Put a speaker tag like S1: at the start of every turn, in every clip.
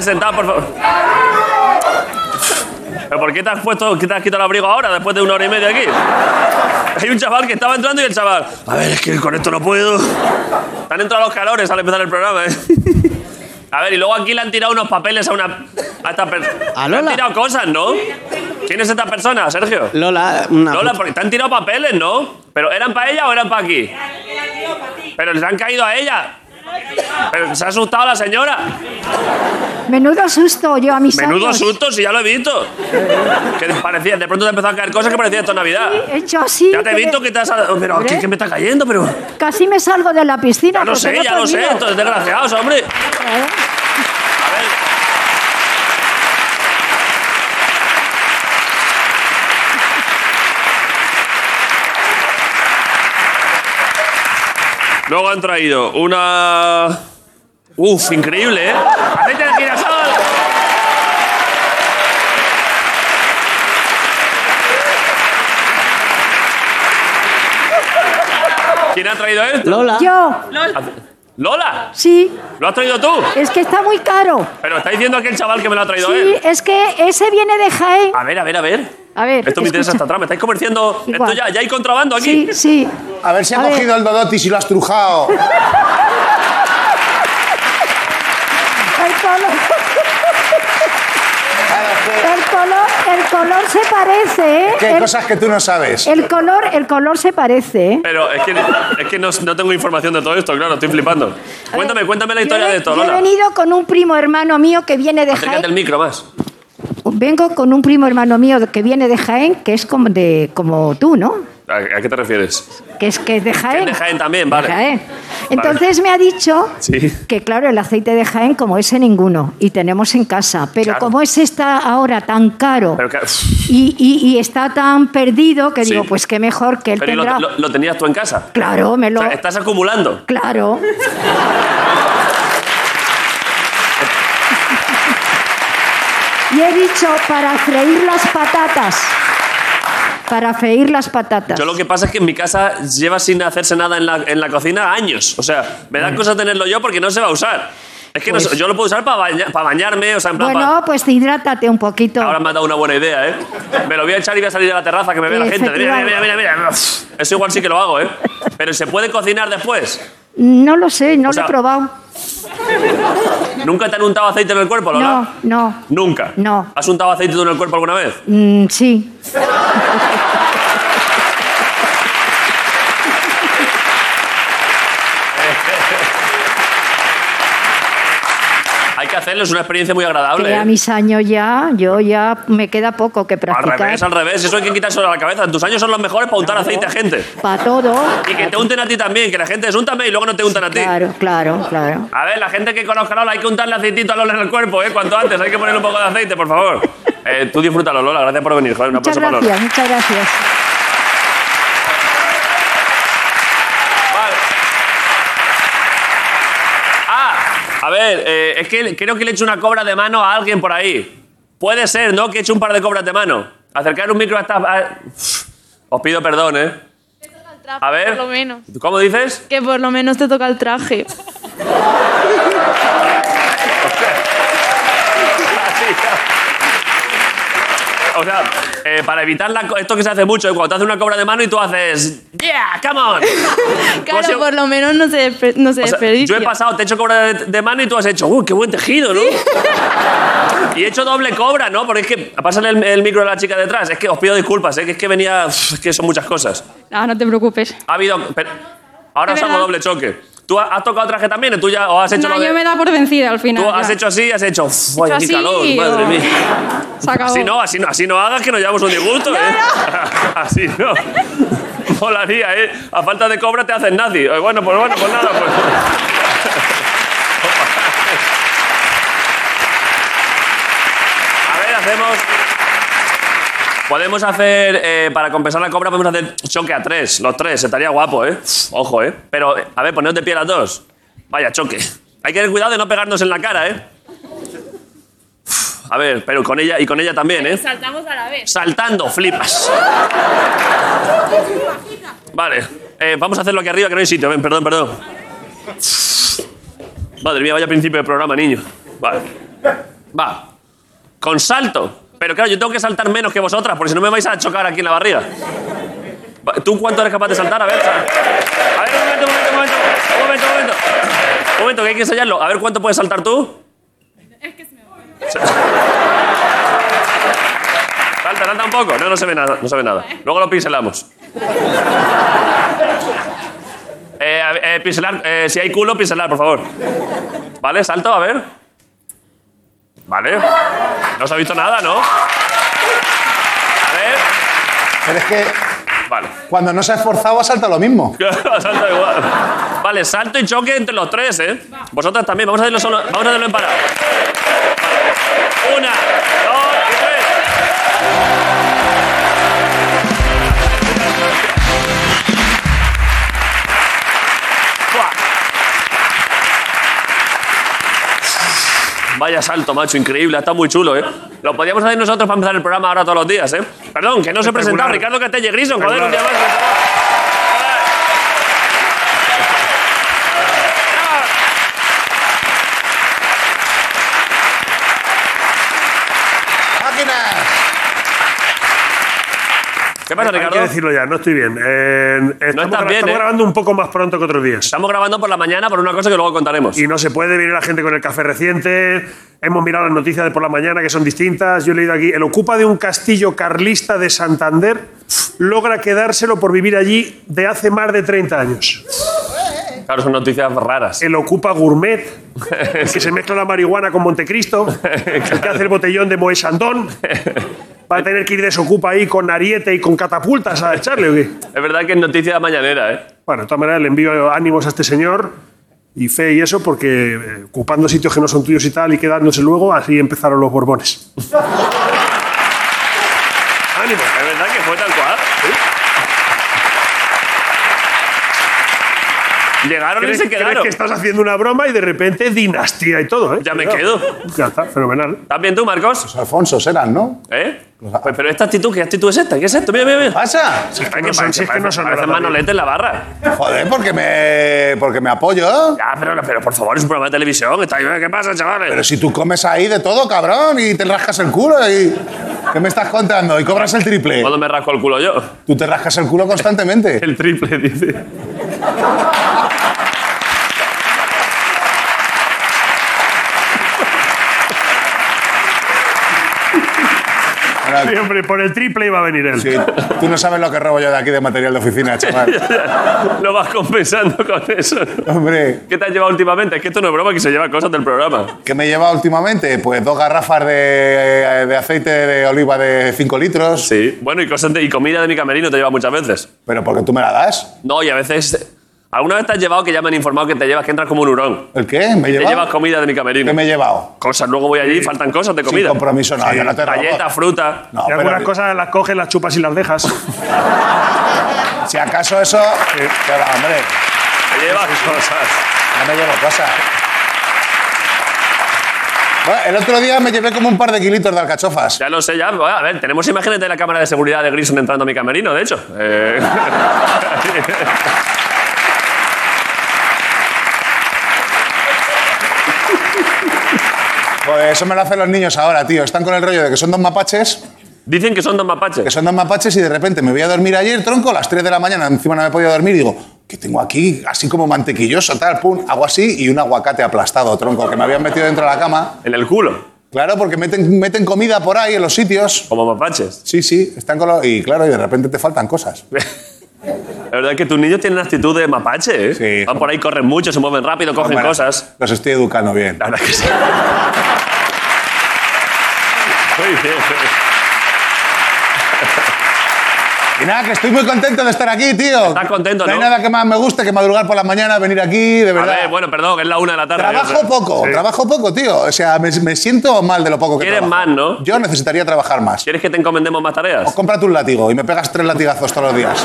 S1: sentado, por favor. ¿Pero por qué te has puesto, qué te has quitado el abrigo ahora, después de una hora y media aquí? Hay un chaval que estaba entrando y el chaval, a ver, es que con esto no puedo. Te han entrado los calores al empezar el programa, ¿eh? A ver, y luego aquí le han tirado unos papeles a una... A esta persona.
S2: ¿A
S1: Le han
S2: Lola?
S1: tirado cosas, ¿no? ¿Quién es esta persona, Sergio?
S2: Lola, una
S1: Lola,
S2: puta-
S1: porque te han tirado papeles, ¿no? ¿Pero eran para ella o eran para aquí? ¿Pero les han caído a ella? ¿Pero se ha asustado la señora?
S3: Menudo susto yo a mis
S1: Menudo
S3: años.
S1: susto, si ya lo he visto. Que parecía, de pronto te empezó a caer cosas que parecían esto Navidad.
S3: He hecho así.
S1: Ya te he
S3: que
S1: visto que te has... Pero, ¿qué,
S3: Hombre.
S1: qué me está cayendo? Pero...
S3: Casi me salgo de la piscina.
S1: Ya lo
S3: porque
S1: sé,
S3: no
S1: ya lo sé.
S3: podía.
S1: Estos desgraciados, hombre.
S3: Claro.
S1: A ver. Luego han traído una... Uf, increíble, ¿eh? ¡Aceite de girasol! ¿Quién ha traído esto?
S2: Lola.
S3: Yo,
S1: ¡Lola!
S3: sí.
S1: ¿Lo has traído tú?
S3: Es que está muy caro.
S1: Pero está diciendo aquel chaval que me lo ha traído él.
S3: Sí, es que ese viene de Jaén.
S1: A ver, a ver, a ver.
S3: A ver,
S1: Esto me interesa
S3: escucha.
S1: esta trama. ¿Estáis comerciando?
S3: Igual.
S1: Esto ya, ya hay contrabando aquí.
S3: Sí, sí.
S4: A ver si ha
S3: A ver.
S4: cogido el Dodotis y lo has trujado.
S3: El color, el color, el color se parece, ¿eh?
S4: Que hay
S3: El-
S4: cosas que tú no sabes.
S3: El color, el color se parece, ¿eh?
S1: Pero es que, es que no, no tengo información de todo esto, claro, estoy flipando. Cuéntame, cuéntame la historia
S3: Yo he-
S1: de esto,
S3: yo He
S1: Lola.
S3: venido con un primo hermano mío que viene de
S1: Acércate el
S3: Jaén.
S1: micro más.
S3: Vengo con un primo hermano mío que viene de Jaén, que es como de como tú, ¿no?
S1: ¿A, a qué te refieres?
S3: Que es que es de Jaén.
S1: de Jaén también, vale.
S3: De Jaén. Entonces me ha dicho
S1: Sí.
S3: que claro, el aceite de Jaén como ese ninguno y tenemos en casa, pero
S1: Claro.
S3: como ese está ahora tan caro
S1: Pero, que-
S3: y, y- y está tan perdido que
S1: Sí.
S3: digo, pues qué mejor que él
S1: pero ¿y lo,
S3: tendrá.
S1: lo- lo tenías tú en casa.
S3: Claro, me
S1: O
S3: lo.
S1: sea, estás acumulando.
S3: Claro. Y he dicho para freír las patatas. Para freír las patatas.
S1: Yo lo que pasa es que en mi casa lleva sin hacerse nada en la, en la cocina años. O sea, me da cosa tenerlo yo porque no se va a usar. Es que no
S3: Pues-
S1: sé, yo lo puedo usar para bañarme, o sea, en plan, pa-
S3: Bueno, pues hidrátate un poquito.
S1: Ahora me ha dado una buena idea, ¿eh? Me lo voy a echar y voy a salir a la terraza que me ve la gente. Mira, mira, mira, mira, mira. Eso igual sí que lo hago, ¿eh? Pero ¿se puede cocinar después?
S3: No lo sé, no
S1: O sea,
S3: lo he probado.
S1: ¿Nunca te han untado aceite en el cuerpo, Lola?
S3: No, no.
S1: Nunca.
S3: No.
S1: ¿Has untado aceite tú en el cuerpo alguna vez?
S3: Mm, sí.
S1: Hay que hacerlo, es una experiencia muy agradable.
S3: Que a
S1: ¿eh?
S3: mis años ya, yo ya me queda poco que
S1: Al
S3: practicar.
S1: revés, al revés. Eso hay que quitárselo a la cabeza. Tus años son los mejores para untar aceite a gente.
S3: Para todo.
S1: Y que te unten a ti también, que la gente es úntame y luego no te untan a ti.
S3: Claro, claro, claro.
S1: A ver, la gente que conozca a Lola, hay que untarle aceitito a Lola en el cuerpo, ¿eh? Cuanto antes, hay que ponerle un poco de aceite, por favor. Eh, tú disfrútalo, Lola. Gracias por venir. Joder, un
S3: Muchas
S1: aplauso para Lola.
S3: gracias, muchas gracias.
S1: Vale. Ah, a ver, eh, es que creo que le he hecho una cobra de mano a alguien por ahí. Puede ser, ¿no? Que he hecho un par de cobras de mano. Acercar un micro hasta... a- Os pido perdón, ¿eh? A ver.
S5: Por lo menos.
S1: ¿Cómo dices?
S5: Que por lo menos te toca el traje.
S1: O sea, eh, para evitar la co- esto que se hace mucho, ¿eh? cuando te hace una cobra de mano y tú haces... ¡Yeah! ¡Come on! Tú has
S5: Claro,
S1: sido-
S5: por lo menos no se, despe- no se
S1: O sea,
S5: desperdicia.
S1: yo he pasado, te he hecho cobra de, de mano y tú has hecho, ¡uh, qué buen tejido, ¿no? Y he hecho doble cobra, ¿no? Porque es que, pásale el, el micro a la chica detrás, es que os pido disculpas, ¿eh? que es que venía, es que son muchas cosas.
S5: Ah, no te preocupes.
S1: Ha habido, pero- ahora
S5: Es
S1: os hago
S5: verdad.
S1: doble choque. ¿Tú has, has tocado traje también o tú ya o has hecho
S5: No,
S1: lo de-
S5: yo me da por vencida al final.
S1: Tú has
S5: ya.
S1: hecho así, has hecho, "Uf, vaya, qué
S5: así,
S1: calor, madre
S5: o-
S1: mía.
S5: Se acabó.
S1: Así no, así no, así no hagas que nos llevamos un disgusto, ¿eh? así no. Molaría, ¿eh? A falta de cobra te hacen nazi. Eh, Bueno, pues bueno, pues nada, pues. A ver, hacemos. Podemos hacer, eh, para compensar la cobra, podemos hacer choque a tres, los tres, estaría guapo, ¿eh? Ojo, ¿eh? Pero, eh, a ver, ponedos de pie las dos. Vaya, choque. Hay que tener cuidado de no pegarnos en la cara, ¿eh? A ver, pero con ella y con ella también, ¿eh?
S5: Saltamos a la vez.
S1: Saltando, flipas. Vale, eh, vamos a hacerlo aquí arriba que no hay sitio. Ven, perdón, perdón. Madre mía, vaya principio de programa, niño. Vale. Va. Con salto. Pero claro, yo tengo que saltar menos que vosotras, porque si no me vais a chocar aquí en la barriga. Va, ¿Tú cuánto eres capaz de saltar? A ver, sal- a ver, un momento, un momento, un momento. Un momento, un momento. Un momento, que hay que ensayarlo. A ver, ¿cuánto puedes saltar tú? Salta, salta un poco. No, no se ve nada, no se ve nada. Luego lo pincelamos. Eh, a ver, eh, pincelar, eh, si hay culo, pincelar, por favor. ¿Vale? Salto, a ver. ¿Vale? No se ha visto nada, ¿no? A ver.
S4: Pero es que
S1: Vale.
S4: cuando no se ha esforzado, ha saltado lo mismo.
S1: salto igual. Vale, salto y choque entre los tres, ¿eh? Vosotras también. Vamos a hacerlo solo. Vamos a hacerlo en parada. Una, dos y tres. Buah. Vaya salto, macho, increíble, está muy chulo, ¿eh? Lo podíamos hacer nosotros para empezar el programa ahora todos los días, ¿eh? Perdón, que no se presentaba Ricardo Catelle Grison, joder, un día más.
S4: ¡Máquinas!
S1: ¿Qué pasa,
S2: Hay que
S1: Ricardo?
S2: decirlo ya, no estoy bien. Eh, estamos
S1: estás
S2: gra-
S1: bien,
S2: estamos
S1: ¿eh?
S2: grabando un poco más pronto que otros días.
S1: Estamos grabando por la mañana por una cosa que luego contaremos.
S2: Y no se puede, viene la gente con el café reciente. Hemos mirado las noticias de por la mañana que son distintas. Yo he leído aquí, el ocupa de un castillo carlista de Santander logra quedárselo por vivir allí de hace más de 30 años.
S1: Claro, son noticias raras.
S2: El ocupa gourmet, que se mezcla la marihuana con Montecristo, el que hace el botellón de Moe Sandón. Va a tener que ir de su ocupa ahí con ariete y con catapultas a echarle. ¿o qué?
S1: Es verdad que es noticia mañanera, ¿eh?
S2: Bueno, de todas maneras le envío ánimos a este señor y fe y eso, porque eh, ocupando sitios que no son tuyos y tal y quedándose luego, así empezaron los Borbones.
S1: Ánimo. Es verdad que fue tal cual. Llegaron y
S2: ¿Crees,
S1: se
S2: crees
S1: quedaron.
S2: que estás haciendo una broma y de repente dinastía y todo, ¿eh?
S1: Ya me
S2: Cuidado.
S1: quedo.
S2: Ya está, fenomenal.
S1: ¿Estás bien tú, Marcos?
S4: Los Alfonsos eran, ¿no?
S1: ¿Eh? Pues, pero esta actitud, ¿qué actitud es esta? ¿Qué es esto? Mira, mira, mira.
S4: ¿Pasa?
S2: Si Ah, es que
S1: ¿Qué
S2: no son, si es que no son
S1: Parecen
S2: nada bien.
S1: manolete en la barra.
S4: Joder, porque me, porque me apoyo. ¿eh?
S1: Ya, pero, pero por favor, es un programa de televisión. Está ahí, ¿Qué pasa, chavales?
S4: Pero si tú comes ahí de todo, cabrón, y te rascas el culo y... ¿Qué me estás contando? Y cobras el triple.
S1: ¿Cuándo me rasco el culo yo?
S4: Tú te rascas el culo constantemente.
S1: El triple, dice.
S4: Ahora,
S2: Siempre por el triple iba a venir él.
S4: sí, tú no sabes lo que robo yo de aquí de material de oficina, chaval.
S1: Lo vas compensando con eso. ¿no?
S4: Hombre,
S1: ¿Qué te has llevado últimamente? Es que esto no es broma, que se lleva cosas del programa.
S4: ¿qué me lleva últimamente? Pues dos garrafas de, de aceite de oliva de 5 litros.
S1: Sí. Bueno, y cosas de, y comida de mi camerino te lleva muchas veces.
S4: Pero porque tú me la das.
S1: No, y a veces... ¿Alguna vez te has llevado que ya me han informado que te llevas, que entras como un hurón?
S4: ¿El qué? ¿Me he
S1: Te llevas
S4: llevado?
S1: comida de mi
S4: ¿Qué
S1: camerino.
S4: me he llevado?
S1: Cosas, luego voy allí y faltan cosas de
S4: Sin
S1: comida.
S4: compromiso, no, yo no te robo.
S1: Galletas, fruta.
S4: No,
S2: Y
S4: Ah, pero
S2: algunas cosas las coges, las chupas y las dejas.
S4: si acaso eso... Que va, hombre,
S1: Te llevas cosas.
S4: no me llevo cosas. Bueno, el otro día me llevé como un par de kilitos de alcachofas.
S1: Ya lo sé, ya. Bueno, a ver, tenemos imágenes de la cámara de seguridad de Grison entrando a mi camerino, de hecho. Eh,
S4: Pues eso me lo hacen los niños ahora, tío. Están con el rollo de que son dos mapaches,
S1: dicen que son dos
S4: que
S1: mapaches.
S4: son dos mapaches y de repente me voy a dormir ayer, tronco, a las 3 de la mañana, encima no me podía dormir y digo, ¿qué tengo aquí? Así como mantequilloso, tal, pum, hago así y un aguacate aplastado, tronco, que me habían metido dentro de la cama.
S1: En el culo,
S4: Claro, porque meten, meten comida por ahí en los sitios.
S1: como mapaches.
S4: Sí, sí, están con los... Y claro, y de repente te faltan cosas.
S1: La verdad es que tus niños tienen actitud de mapache, ¿eh?
S4: Sí.
S1: Van por ahí, corren mucho, se mueven rápido, cogen
S4: Bueno,
S1: cosas.
S4: Los estoy educando bien.
S1: La verdad que sí. Muy bien.
S4: Y nada, que estoy muy contento de estar aquí, tío.
S1: Estás contento,
S4: No hay
S1: ¿no?
S4: nada que más me guste que madrugar por la mañana, venir aquí, de
S1: A
S4: verdad.
S1: ver, bueno, perdón, es la una de la tarde.
S4: Trabajo poco, trabajo poco, tío. O sea, me, me siento mal de lo poco que
S1: Quieres
S4: trabajo.
S1: más, ¿no?
S4: Yo necesitaría trabajar más.
S1: ¿Quieres que te encomendemos más
S4: O
S1: tareas?
S4: cómprate un látigo y me pegas tres latigazos todos los días.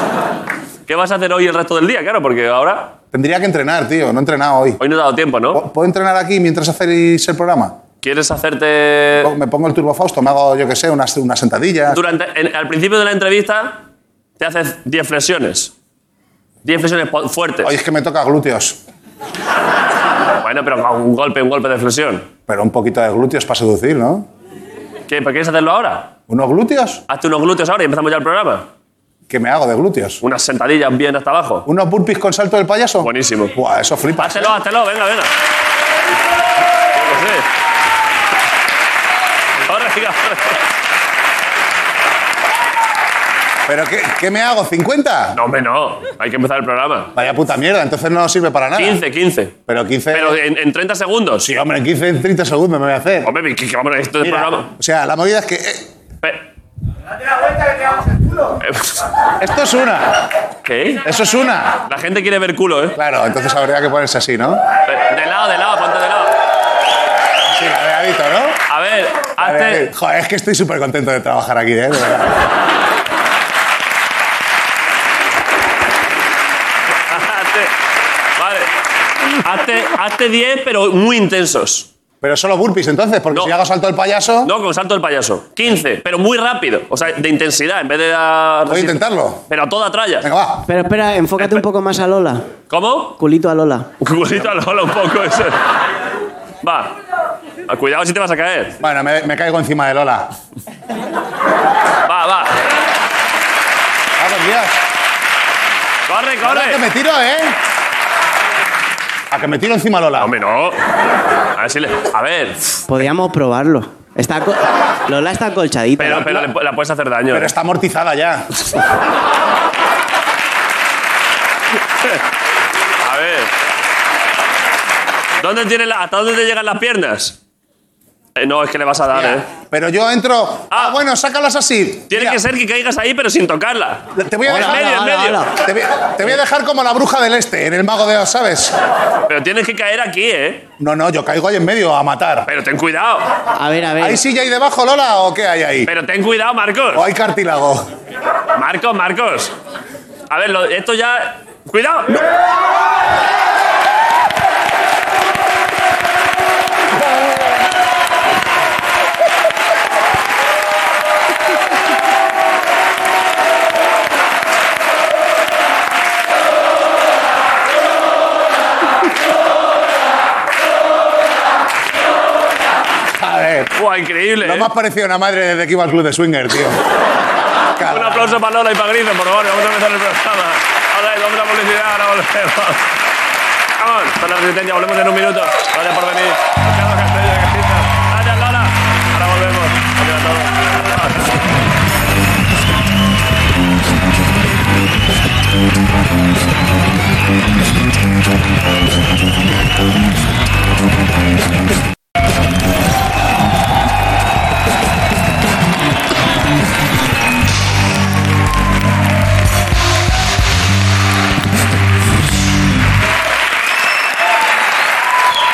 S1: ¿Qué vas a hacer hoy el resto del día? Claro, porque ahora,
S4: Tendría que entrenar, tío. No he entrenado hoy.
S1: hoy no he dado tiempo, ¿no?
S4: ¿Puedo entrenar aquí mientras hacéis el programa?
S1: ¿Quieres hacerte...
S4: Me pongo el Turbo Fausto, me hago, yo qué sé, unas, unas sentadillas.
S1: Eh. Durante, en- al principio de la entrevista, te haces 10 flexiones. 10 flexiones po- fuertes.
S4: Oye, es que me toca glúteos.
S1: Bueno, pero con un golpe, un golpe de flexión.
S4: Pero un poquito de glúteos para seducir, ¿no?
S1: ¿Qué? ¿Pero quieres hacerlo ahora?
S4: ¿Unos glúteos?
S1: Hazte unos glúteos ahora y empezamos ya el programa.
S4: ¿Qué me hago de glúteos?
S1: Unas sentadillas bien hasta abajo.
S4: ¿Unos burpees con salto del payaso?
S1: Buenísimo.
S4: Buah, eso flipa.
S1: Háztelo, háztelo, venga, venga. Yo qué sé. Corre, venga, corre.
S4: ¿Pero qué, qué me hago? ¿50?
S1: No, hombre, no. Hay que empezar el programa.
S4: Vaya puta mierda, entonces no sirve para nada.
S1: 15, 15.
S4: Pero 15.
S1: Pero en, en 30 segundos.
S4: Eh. Sí, hombre, en 15, en 30 segundos me voy a hacer.
S1: Hombre, que, que vamos a esto de
S4: Mira,
S1: programa.
S4: o sea, la movida es que. eh,
S1: Pe-
S4: esto es una.
S1: ¿Qué?
S4: Eso es una.
S1: La gente quiere ver culo, ¿eh?
S4: Claro, entonces habría que ponerse así, ¿no?
S1: Pe- De lado, de lado, ponte de lado.
S4: Sí, cargadito, ¿no?
S1: A ver,
S4: A ver,
S1: hazte...
S4: Joder, es que estoy súper contento de trabajar aquí, ¿eh? De verdad.
S1: hazte vale. Hazte, hazte 10, pero muy intensos.
S4: Pero solo burpees entonces, porque
S1: No.
S4: si hago salto del payaso,
S1: No, con salto del payaso. 15, pero muy rápido. O sea, de intensidad, en vez de... a-
S4: voy a intentarlo.
S1: Pero a toda tralla.
S4: Venga, va.
S6: Pero espera, enfócate un poco más a Lola.
S1: ¿Cómo?
S6: Culito a Lola.
S1: Cuidado al hola un poco eso. Va. Ah, Cuidado si te vas a caer.
S4: Bueno, me, me caigo encima de Lola.
S1: Va, va.
S4: Ah, por Dios.
S1: Corre,
S4: Lola, que
S1: corre.
S4: me tiro, ¿eh? A que me tiro encima de Lola.
S1: Hombre, no. A ver si le... A ver.
S6: Podríamos probarlo. Está co- Lola está colchadita.
S1: Pero, pero le pu- la puedes hacer daño. ¿eh?
S4: Pero está amortizada ya.
S1: A ver. ¿Dónde tiene la... ¿Hasta dónde te llegan las piernas? Eh, no, es que le vas a dar, ¿eh?
S4: Pero yo entro. Ah,
S1: Ah.
S4: bueno, sácalas así.
S1: Tiene
S4: Mira,
S1: que ser que caigas ahí, pero sin tocarla.
S4: Te voy a
S1: En
S6: Hola,
S4: dejar.
S1: medio, en
S6: hola,
S1: medio.
S6: hola.
S4: Te voy, te voy a dejar como la bruja del este, en el mago de Oz, ¿sabes?
S1: Pero tienes que caer aquí, ¿eh?
S4: No, no, yo caigo ahí en medio a matar.
S1: Pero ten cuidado.
S6: A ver, a ver.
S4: ¿Hay silla ahí debajo, Lola, o qué hay ahí?
S1: Pero ten cuidado, Marcos.
S4: ¿O hay cartílago?
S1: Marcos, Marcos. A ver, lo- esto ya. ¡Cuidado!
S4: A ver.
S1: ¡Buah, increíble!
S4: Lo
S1: ¿eh?
S4: más parecido a una madre desde que iba al club de swinger, tío.
S1: Un
S4: Claro.
S1: aplauso para Lola y para Griffin, por favor. Vamos a empezar el programa. Ahora vamos a la publicidad, ahora volvemos. Vamos, con la resistencia, volvemos en un minuto. Gracias por venir. Ricardo Castello, Griffin. Gracias, Lola. Ahora volvemos. Gracias a todos.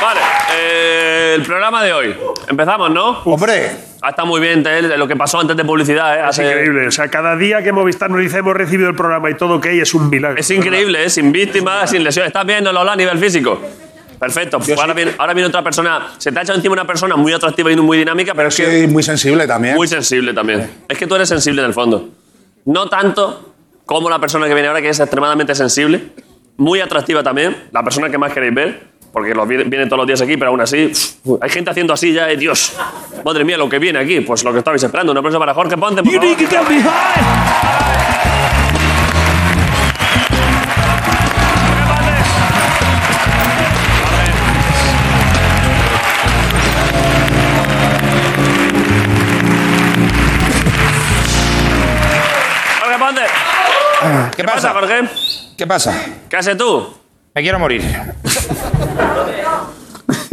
S1: Vale, eh, el programa de hoy. Empezamos, ¿no?
S4: Hombre,
S1: Ah, está muy bien, Tel, lo que pasó antes de publicidad, ¿eh?
S2: Es
S1: Hace-
S2: increíble. O sea, cada día que Movistar nos dice hemos recibido el programa y todo ok es un milagro.
S1: Es increíble, ¿eh? sin víctimas, sin lesiones. ¿Estás bien, Lola, a nivel físico? Perfecto. Pues ahora, viene, ahora viene otra persona. Se te ha echado encima una persona muy atractiva y muy dinámica, pero es que
S4: soy muy sensible
S7: ¿Eh?
S4: también.
S1: muy sensible también. Es que tú eres sensible en el fondo. No tanto como la persona que viene ahora, que es extremadamente sensible, muy atractiva también, la persona que más queréis ver, porque los viene, viene todos los días aquí, pero aún así uf, hay gente haciendo así ya, eh, Dios, madre mía, lo que viene aquí, pues lo que estabais esperando. Una persona para Jorge Ponce, por favor. Jorge Ponce,
S7: ¿Qué
S1: ¿qué
S7: pasa?
S1: pasa, Jorge?
S7: ¿Qué pasa?
S1: ¿Qué haces tú?
S7: Me quiero morir.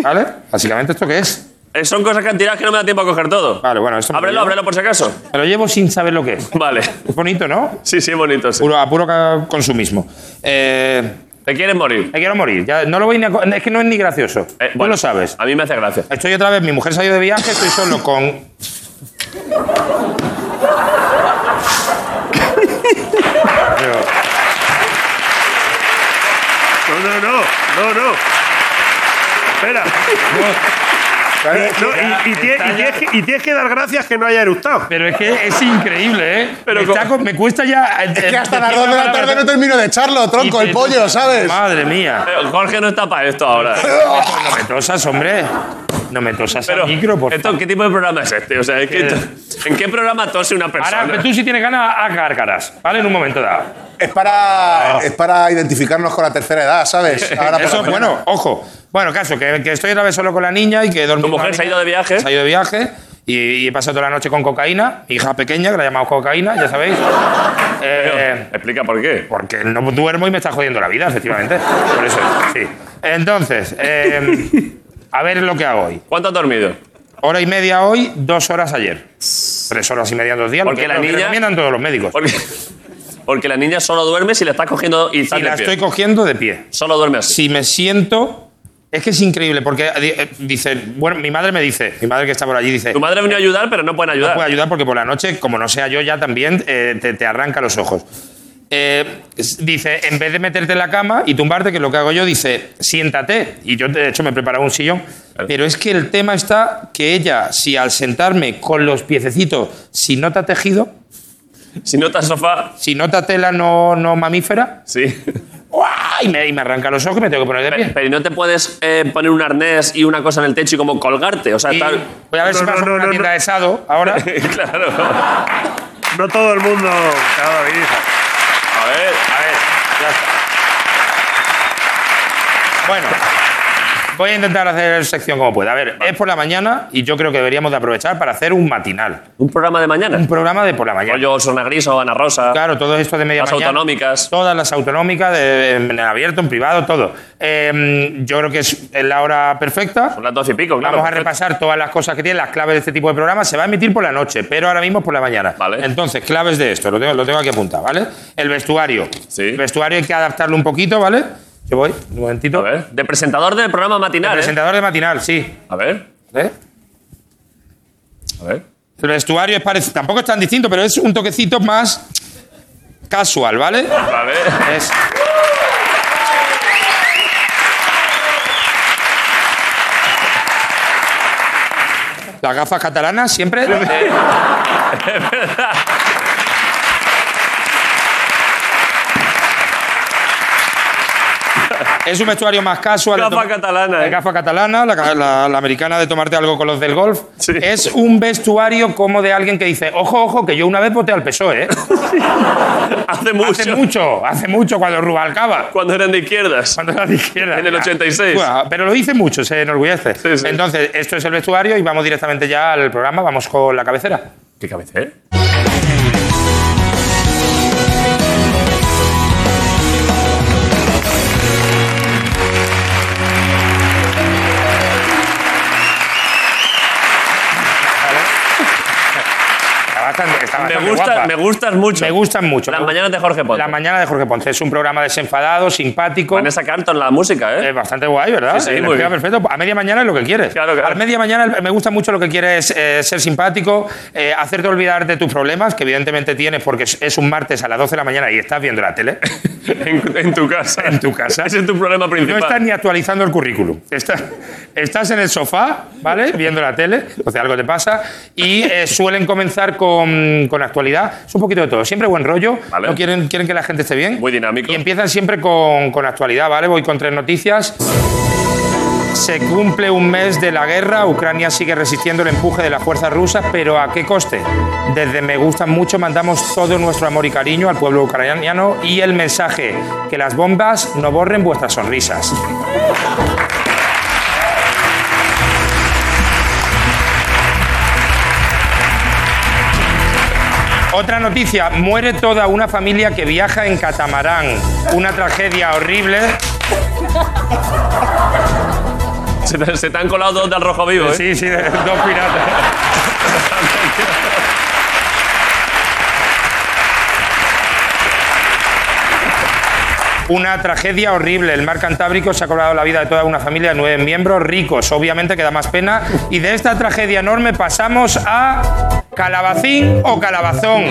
S7: ¿Vale? Básicamente, ¿esto qué es?
S1: Eh, son cosas que han tirado que no me da tiempo a coger todo.
S7: Vale, bueno, esto me lo
S1: Ábrelo,
S7: llevo.
S1: ábrelo por si acaso.
S7: Me lo llevo sin saber lo que es.
S1: Vale.
S7: Es bonito, ¿no?
S1: Sí, sí, bonito, sí.
S7: Puro, a puro ca- consumismo. Eh,
S1: ¿Te quieres morir?
S7: me quiero morir. Ya, no lo voy ni a co- Es que no es ni gracioso.
S1: Eh,
S7: Tú
S1: bueno,
S7: lo sabes.
S1: A mí me hace gracia.
S7: Estoy otra vez, mi mujer se ha ido de viaje, estoy solo con.
S2: No, no, no. No, no. Espera. Eh, no, y, y
S7: Ya,
S2: tie-
S7: está
S2: y
S7: ya.
S2: tienes que- y tienes que dar gracias que no haya eructado.
S7: Pero es que es increíble, ¿eh?
S1: Pero
S7: me,
S1: como-
S7: está co- me cuesta ya. eh,
S4: Es que hasta las 2 de la tarde no termino de echarlo, tronco, el pollo, ¿sabes?
S7: Madre mía.
S1: Pero Jorge no está para esto ahora.
S7: No me tosas, hombre. No me tosas
S1: Pero,
S7: al micro, por
S1: esto, ¿qué tipo de programa es este? O sea, es que- ¿en qué programa tose una
S7: favor.
S1: persona?
S7: Ahora, tú si tienes ganas, haz gárgaras, ¿vale? En un momento dado.
S4: Es para, es para identificarnos con la tercera edad, ¿sabes? Ahora pues, por la
S7: Eso,
S4: mañana.
S7: bueno, ojo. Bueno, caso, que, que estoy otra vez solo con la niña y que dormí.
S1: ¿Tu
S7: con la
S1: mujer se ha
S7: niña.
S1: ido de viaje?
S7: Se ha ido de viaje y, y he pasado toda la noche con cocaína. Mi hija pequeña, que la llamamos cocaína, ya sabéis. Eh,
S1: Explica por qué.
S7: Porque no duermo y me está jodiendo la vida, efectivamente. Por eso, sí. Entonces, eh, a ver lo que hago hoy.
S1: ¿Cuánto has dormido?
S7: Hora y media hoy, dos horas ayer. Tres horas y media en dos días. lo
S1: Porque
S7: que,
S1: la
S7: lo que
S1: niña-
S7: recomiendan todos los médicos.
S1: Porque, porque la niña solo duerme si la estás cogiendo y estás
S7: Y la
S1: de pie.
S7: estoy cogiendo de pie.
S1: Solo duerme así.
S7: Si me siento... Es que es increíble, porque eh, dice... Bueno, mi madre me dice, mi madre que está por allí dice...
S1: Tu madre ha venido a ayudar, pero no pueden
S7: No
S1: ayudar.
S7: puede ayudar porque por la noche, como no sea yo, ya también eh, te, te arranca los ojos. Eh, s- dice, en vez de meterte en la cama y tumbarte, que es lo que hago yo, dice, siéntate. Y yo, de hecho, me preparaba un sillón. Pero es que el tema está que ella, si al sentarme con los piececitos, si nota tejido,
S1: Si no estás sofá,
S7: si nota tela no, no mamífera,
S1: sí.
S7: ¡guau! y me, y me arranca los ojos y me tengo que poner de
S1: Pero,
S7: pie.
S1: pero ¿y no te puedes eh, poner un arnés y una cosa en el techo y como colgarte. O sea,
S7: Y
S1: estar-
S7: voy a ver
S2: No,
S7: si
S2: no,
S7: paso
S2: no,
S7: por una
S2: no,
S7: tienda
S2: no.
S7: de sado ahora.
S1: claro.
S2: No todo el mundo. Claro, David.
S1: A ver, a ver.
S7: Ya está. Bueno, voy a intentar hacer sección como pueda. A ver, es por la mañana y yo creo que deberíamos de aprovechar para hacer un matinal.
S1: Un programa de
S7: Un
S1: mañana.
S7: programa de por la mañana.
S1: Rollo Sona Gris o Ana Rosa.
S7: Claro, todo esto de media
S1: Las
S7: mañana.
S1: autonómicas.
S7: Todas las autonómicas, de- en abierto, en privado, todo. Eh, yo creo que es la hora perfecta.
S1: Son las doce y pico, claro.
S7: Vamos a repasar todas las cosas que tienen, las claves de este tipo de programas. Se va a emitir por la noche, pero ahora mismo es por la mañana.
S1: Vale.
S7: Entonces, claves de esto, lo tengo, lo tengo aquí apuntado, ¿vale? El vestuario.
S1: Sí.
S7: El vestuario hay que adaptarlo un poquito, ¿vale? Yo voy, un momentito.
S1: A ver. De presentador del programa
S7: El
S1: matinal. ¿eh?
S7: presentador de matinal, sí.
S1: A ver,
S7: ¿Eh?
S1: a ver.
S7: El vestuario es parecido, tampoco es tan distinto, pero es un toquecito más casual, ¿vale?
S1: A ver.
S7: Es. Las gafas catalanas siempre. eh, Es un vestuario más casual.
S1: Gafa
S7: de toma-
S1: catalana,
S7: La
S1: eh.
S7: gafa catalana, la, ca- la- la americana de tomarte algo con los del golf.
S1: Sí.
S7: Es un vestuario como de alguien que dice, ojo, ojo, que yo una vez voté al PSOE, ¿eh?
S1: Hace mucho.
S7: Hace mucho, hace mucho cuando Rubalcaba.
S1: Cuando eran de izquierdas.
S7: Cuando era de izquierda.
S1: En el 86.
S7: Bueno, pero lo hice mucho, se enorgullece.
S1: Sí, sí.
S7: Entonces, esto es el vestuario y vamos directamente ya al programa, vamos con la cabecera.
S1: ¿Qué cabeza, eh?
S7: Está bastante, está
S1: Me,
S7: bastante
S1: gusta,
S7: Ah, guapa.
S1: me gustas mucho.
S7: Me gustan mucho.
S1: Las
S7: Me gu-
S1: mañanas de Jorge Ponte.
S7: La mañana de Jorge Ponce. Es un programa desenfadado, simpático.
S1: Vanessa Carlton, la música, ¿eh?
S7: Es bastante guay, ¿verdad?
S1: Sí, sí,
S7: Eh,
S1: muy
S7: queda
S1: bien.
S7: perfecto. A media mañana es lo que quieres.
S1: Claro, claro.
S7: A media mañana el- me gusta mucho lo que quieres eh, ser simpático, eh, hacerte olvidar de tus problemas, que evidentemente tienes porque es, es un martes a las 12 de la mañana y estás viendo la tele.
S1: en, en tu casa.
S7: En tu casa.
S1: Ese es tu problema
S7: No
S1: principal.
S7: estás ni actualizando el currículum. Estás, estás en el sofá, ¿vale? Viendo la tele, o sea, algo te pasa. Y eh, suelen comenzar con, con actualidad. Es un poquito de todo. Siempre buen rollo.
S1: Vale.
S7: No quieren, quieren que la gente esté bien.
S1: Muy dinámico.
S7: Y empiezan siempre con, con actualidad, ¿vale? Voy con tres noticias. Se cumple un mes de la guerra, Ucrania sigue resistiendo el empuje de las fuerzas rusas, pero ¿a qué coste? Desde Me Gustan Mucho mandamos todo nuestro amor y cariño al pueblo ucraniano y el mensaje, que las bombas no borren vuestras sonrisas. Otra noticia, muere toda una familia que viaja en catamarán. Una tragedia horrible.
S1: Se, te, se te han colado dos del rojo vivo, ¿eh?
S7: Sí, sí, de- dos piratas. Una tragedia horrible. El mar Cantábrico se ha cobrado la vida de toda una familia de nueve miembros ricos. Obviamente que da más pena. Y de esta tragedia enorme pasamos a Calabacín o Calabazón.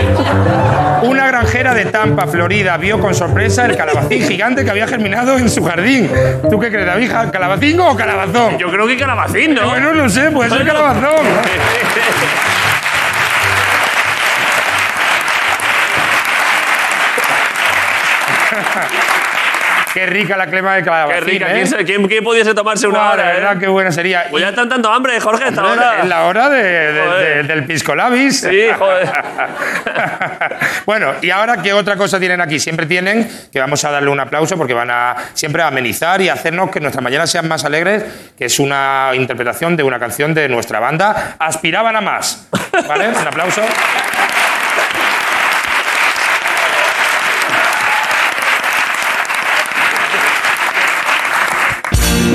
S7: Una granjera de Tampa, Florida, vio con sorpresa el calabacín gigante que había germinado en su jardín. ¿Tú qué crees, David? ¿Calabacín o calabazón?
S1: Yo creo que calabacín, ¿no?
S7: Bueno, no sé, pues, puede ser
S1: Bueno.
S7: calabazón. Qué rica la crema de calabacín.
S1: Qué rica.
S7: ¿eh?
S1: ¿Quién, se- quién- quién pudiese tomarse una
S7: Guau, la
S1: hora, eh?
S7: verdad, qué buena sería.
S1: Pues ya están tanto hambre, Jorge, hasta ahora.
S7: Es la hora de- de-
S1: Joder.
S7: de- del pisco labis.
S1: Sí, joder.
S7: bueno, y ahora, ¿qué otra cosa tienen aquí? Siempre tienen, que vamos a darle un aplauso porque van a siempre a amenizar y a hacernos que nuestras mañanas sean más alegres, que es una interpretación de una canción de nuestra banda, Aspiraban a más. ¿Vale? Un aplauso.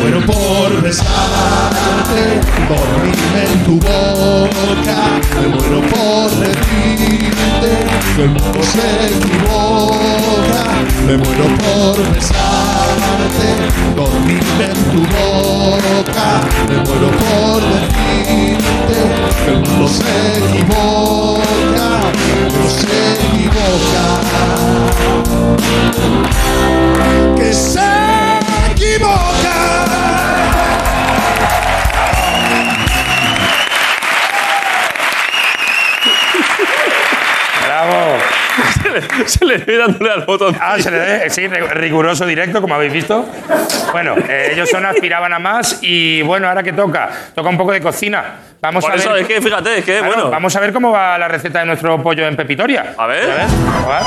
S8: Bueno, pues, por besarte, dormirme en tu boca. Me muero por decirte que el mundo se equivoca. Me muero por besarte, dormirme en tu boca. Me muero por decirte que el mundo se equivoca. que El mundo se equivoca que se equivoca.
S7: Bravo.
S1: se le estoy dándole al botón.
S7: Ah, se le dé, sí, ri- riguroso directo, como habéis visto. Bueno, eh, ellos son aspiraban a más y bueno, ahora que toca, toca un poco de cocina. Vamos
S1: Por
S7: a
S1: eso,
S7: ver.
S1: es que fíjate, es que,
S7: Claro,
S1: bueno.
S7: Vamos a ver cómo va la receta de nuestro pollo en Pepitoria.
S1: A ver.
S7: a ver. Eh,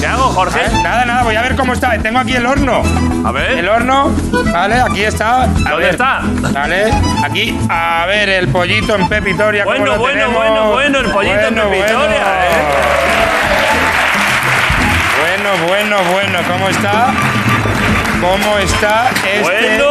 S1: ¿Qué hago, Jorge?
S7: Nada, nada, voy a ver cómo está. Tengo aquí el horno.
S1: A ver.
S7: El horno, vale, aquí está. A
S1: ¿Dónde
S7: ver,
S1: está?
S7: Vale, aquí, a ver, el pollito en Pepitoria. ¿cómo
S1: Bueno,
S7: lo
S1: bueno,
S7: tenemos?
S1: bueno, bueno, el pollito en Pepitoria, ¿eh?
S7: Bueno, bueno, bueno, ¿cómo está? ¿Cómo está este,
S1: Bueno.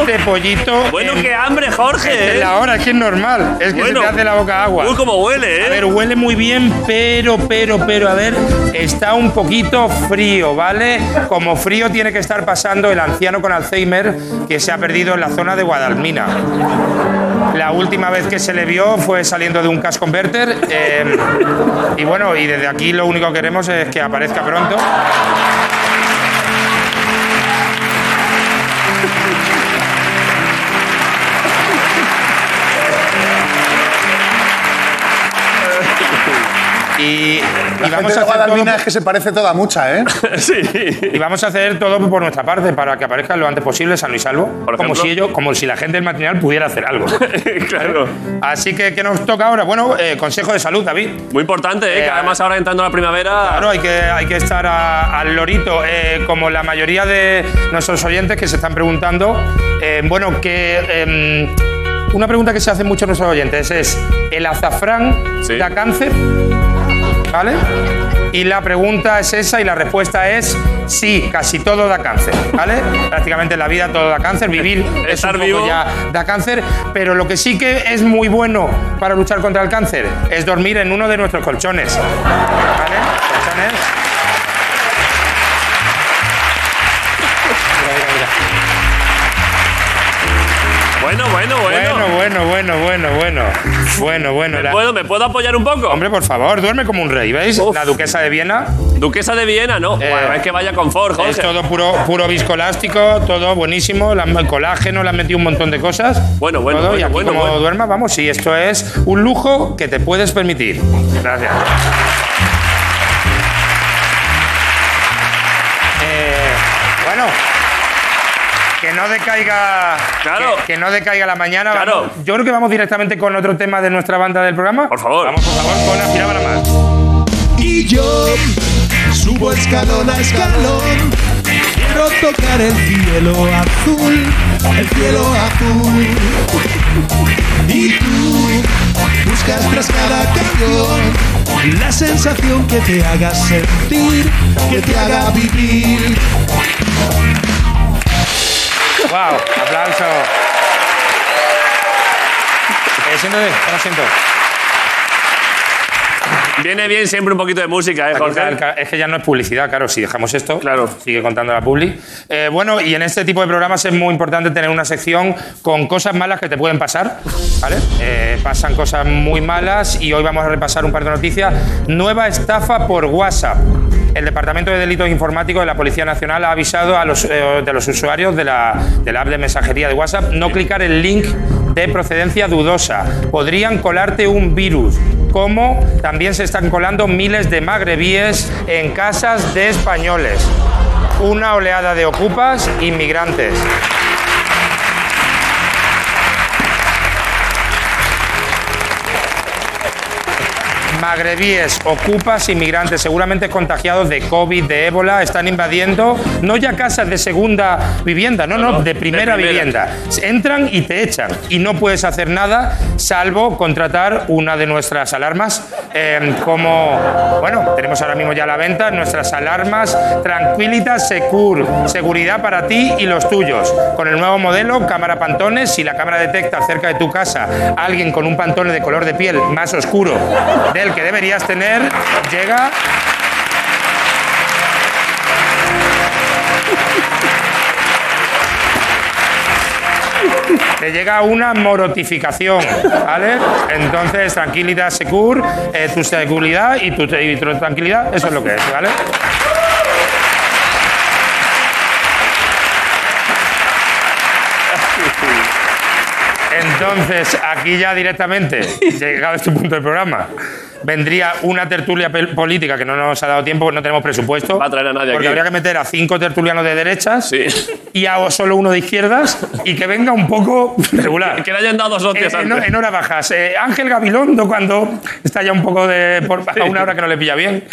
S7: este pollito?
S1: Bueno,
S7: en-
S1: qué hambre, Jorge.
S7: en
S1: ¿eh?
S7: la hora, es que es normal. Es que
S1: Bueno.
S7: se te hace la boca agua.
S1: Uy, cómo
S7: A
S1: huele, ¿eh?
S7: ver, huele muy bien, pero, pero, pero, a ver, está un poquito frío, ¿vale? Como frío tiene que estar pasando el anciano con Alzheimer que se ha perdido en la zona de Guadalmina. La última vez que se le vio fue saliendo de un cash converter. eh, y bueno, y desde aquí lo único que queremos es que aparezca pronto. Y, y
S4: La gente
S7: vamos
S4: de
S7: a hacer todo
S4: Guadalmina es que se parece toda mucha, ¿eh?
S1: sí.
S7: Y vamos a hacer todo por nuestra parte para que aparezca lo antes posible sano y salvo.
S1: Por
S7: como
S1: ejemplo.
S7: si ello, como si la gente del matinal pudiera hacer algo.
S1: claro.
S7: Así que, ¿qué nos toca ahora? Bueno, eh, consejo de salud, David.
S1: Muy importante, ¿eh?
S7: Eh,
S1: que además ahora entrando la primavera.
S7: Claro, hay que, hay que estar a- al lorito. Eh, como la mayoría de nuestros oyentes que se están preguntando, eh, bueno, que em, una pregunta que se hace mucho a nuestros oyentes es, ¿el azafrán
S1: Sí.
S7: da cáncer? ¿Vale? Y la pregunta es esa y la respuesta es sí, casi todo da cáncer, ¿vale? Prácticamente en la vida todo da cáncer, vivir es
S1: Estar
S7: un poco
S1: vivo.
S7: ya da cáncer, pero lo que sí que es muy bueno para luchar contra el cáncer es dormir en uno de nuestros colchones. ¿Vale? Colchones. Mira, mira, mira.
S1: Bueno, bueno, bueno.
S7: Bueno, bueno, bueno, bueno, bueno. Bueno, bueno. la-
S1: ¿Puedo, ¿Me puedo apoyar un poco?
S7: Hombre, por favor, duerme como un rey, ¿veis?
S1: Uf.
S7: La duquesa de Viena.
S1: Duquesa de Viena, no.
S7: Eh,
S1: bueno, es que vaya con Ford, Jorge.
S7: Es todo puro, puro viscoelástico, todo buenísimo, le han- el colágeno, le han metido un montón de cosas.
S1: Bueno, bueno,
S7: Todo, y
S1: bueno,
S7: aquí
S1: bueno,
S7: como
S1: bueno.
S7: duermas, vamos, sí, esto es un lujo que te puedes permitir. Gracias. Eh, bueno. Que no decaiga.
S1: Claro.
S7: Que, que no decaiga la mañana.
S1: Claro.
S7: Vamos, Yo creo que vamos directamente con otro tema de nuestra banda del programa.
S1: Por favor.
S7: Vamos, por favor, con Aspiraba la más.
S8: Y yo subo escalón a escalón. Quiero tocar el cielo azul, el cielo azul. Y tú buscas tras cada canción la sensación que te haga sentir, que te haga vivir.
S7: ¡Wow! ¡Aplauso! Eh, siéntate, toma asiento.
S1: Viene bien siempre un poquito de música, ¿eh,
S7: Aquí está el
S1: Jorge?
S7: ca- Es que ya no es publicidad, claro, si dejamos esto,
S1: Claro.
S7: sigue contando la publi. Eh, bueno, y en este tipo de programas es muy importante tener una sección con cosas malas que te pueden pasar, ¿vale? Eh, pasan cosas muy malas y hoy vamos a repasar un par de noticias. Nueva estafa por WhatsApp. El Departamento de Delitos Informáticos de la Policía Nacional ha avisado a los, eh, de los usuarios de la, de la app de mensajería de WhatsApp no clicar el link de procedencia dudosa. Podrían colarte un virus como también se están colando miles de magrebíes en casas de españoles. Una oleada de ocupas inmigrantes. Magrebíes, ocupas, inmigrantes, seguramente contagiados de COVID, de ébola, están invadiendo no ya casas de segunda vivienda, no, no,
S1: No, no,
S7: de, primera
S1: de primera.
S7: vivienda. Entran y te echan. Y no puedes hacer nada salvo contratar una de nuestras alarmas. eh, como, bueno, tenemos ahora mismo ya a la venta nuestras alarmas Tranquilita Secure. Seguridad para ti y los tuyos. Con el nuevo modelo, cámara pantones, si la cámara detecta cerca de tu casa a alguien con un pantone de color de piel más oscuro del que deberías tener, llega te llega una morotificación, ¿vale? Entonces, tranquilidad, secure, eh, tu seguridad y tu, y tu tranquilidad, eso es lo que es, ¿vale? Entonces, aquí ya directamente, llegado este punto del programa, vendría una tertulia pel- política que no nos ha dado tiempo, porque no tenemos presupuesto.
S1: Va a traer a nadie
S7: Porque
S1: aquí.
S7: habría que meter a cinco tertulianos de derechas
S1: Sí.
S7: y a solo uno de izquierdas y que venga un poco regular.
S1: Que le hayan dado dos hostias
S7: Eh, en,
S1: antes.
S7: en horas bajas. Eh, Ángel Gabilondo cuando está ya un poco de por, a una hora que no le pilla bien.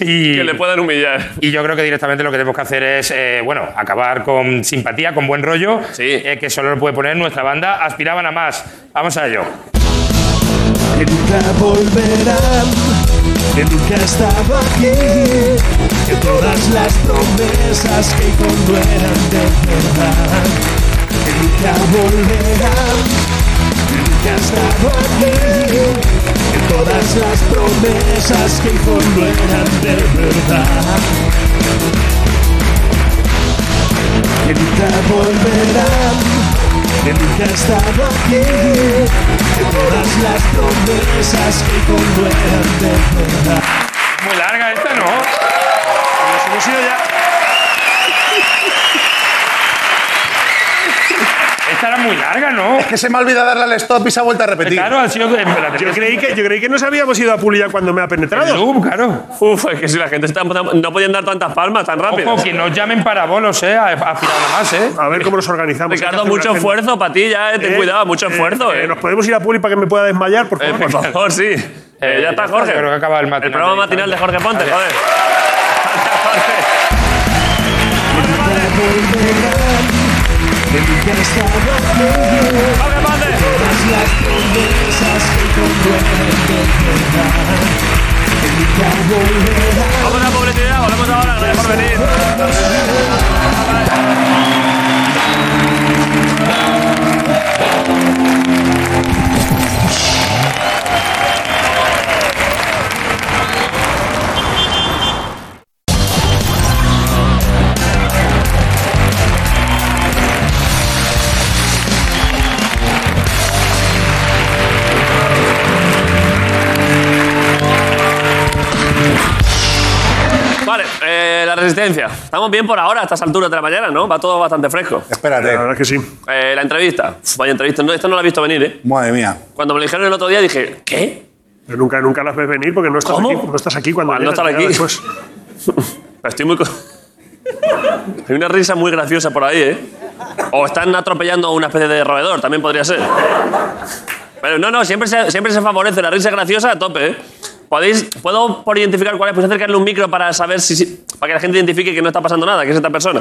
S7: Y,
S1: Que le puedan humillar.
S7: y yo creo que directamente lo que tenemos que hacer es, eh, bueno, acabar con simpatía, con buen rollo,
S1: Sí.
S7: eh, que solo lo puede poner nuestra banda. Aspiraban a más. Vamos a ello.
S8: que nunca volverán, que nunca estaba aquí, que todas las promesas que cuando eran de verdad, que nunca volverán, que nunca estaba aquí, que todas las promesas que cuando eran de verdad. Que nunca volverán, que nunca estaba aquí, que todas las promesas que cuando eran de verdad.
S7: Muy larga esta, ¿no?
S2: Nos hemos ido ya.
S7: Esta era muy larga, ¿no?
S4: Que se me ha olvidado darle al stop y se ha vuelto a repetir.
S7: Claro, ha sido... la
S2: Yo creí que, yo creí que nos habíamos ido a Puli ya cuando me ha penetrado.
S7: claro.
S1: Uf, es que si la gente está. No podían dar tantas palmas tan rápido.
S7: Ojo, que nos llamen para bolos, ¿eh? A, a final de más, ¿eh?
S2: A ver cómo nos organizamos. Pues Hay
S1: Ricardo,
S2: que hacer
S1: mucho
S2: una agenda.
S1: esfuerzo para ti ya, eh, ten
S2: Eh,
S1: cuidado, mucho
S2: eh,
S1: esfuerzo,
S2: eh,
S1: eh.
S2: ¿Nos podemos ir a Puli para que me pueda desmayar, por
S1: Eh,
S2: favor?
S1: por favor, sí. Eh,
S7: Eh,
S1: ya
S7: ya
S1: está,
S7: está,
S1: Jorge.
S7: yo creo que acaba el matinal
S1: programa
S7: de-
S1: matinal de Jorge Ponte,
S7: Adiós.
S1: joder.
S8: Que nunca estaba aquí,
S1: Jorge Ponte.
S8: todas las promesas que cuando eran de verdad. Que nunca volverán.
S1: Vamos a publicidad, volvemos ahora, gracias por venir. Vale, eh, la resistencia. Estamos bien por ahora, a estas alturas de la mañana, ¿no? Va todo bastante fresco.
S2: La
S4: Espérate.
S2: verdad es que sí.
S1: Eh, la entrevista. Uf, Vaya entrevista, no, esta no la he visto venir, ¿eh?
S4: Madre mía.
S1: Cuando me lo dijeron el otro día dije, ¿qué?
S2: Pero nunca, nunca las ves venir porque no estás
S1: ¿Cómo?
S2: aquí. No estás aquí cuando
S1: Cuando
S2: llegas,
S1: estaba
S2: ya
S1: aquí.
S2: después.
S1: Estoy muy... co- Hay una risa muy graciosa por ahí, ¿eh? O están atropellando a una especie de roedor, también podría ser. Pero no, no, siempre se, siempre se favorece la risa graciosa a tope, ¿eh? ¿Podéis, ¿Puedo por identificar cuál es? Pues acercarle un micro para saber si, si- Para que la gente identifique que no está pasando nada, que es esta persona.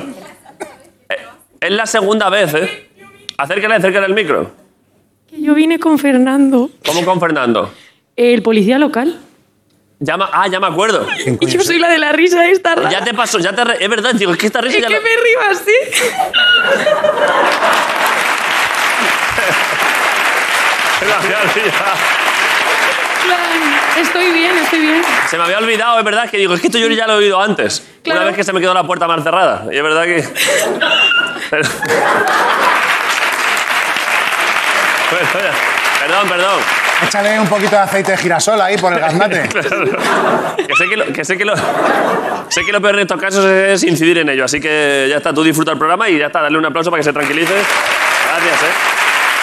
S1: Eh, es la segunda vez, ¿eh? Acércale, acércale el micro.
S9: Yo vine con Fernando,
S1: ¿Cómo con Fernando?
S9: el policía local.
S1: Llama, ah, ya me acuerdo.
S9: Y yo soy la de la risa esta rara.
S1: Ya te pasó, ya te... re- Es verdad, digo, es que esta risa
S9: es
S1: ya
S9: que
S1: la-
S9: me río así.
S1: Gracias, tía.
S9: En plan, Estoy bien, estoy bien.
S1: Se me había olvidado, es verdad, que digo, es que esto yo ya lo he oído antes.
S5: Claro.
S1: Una vez que se me quedó la puerta mal cerrada. Y es verdad que. Pero- Bueno, ya. Perdón, perdón.
S4: Échale un poquito de aceite de girasol ahí por el gaznate.
S1: Que sé que lo, que sé que lo, sé que lo peor en estos casos es incidir en ello. Así que ya está, tú disfruta el programa y ya está, dale un aplauso para que se tranquilice. Gracias, ¿eh?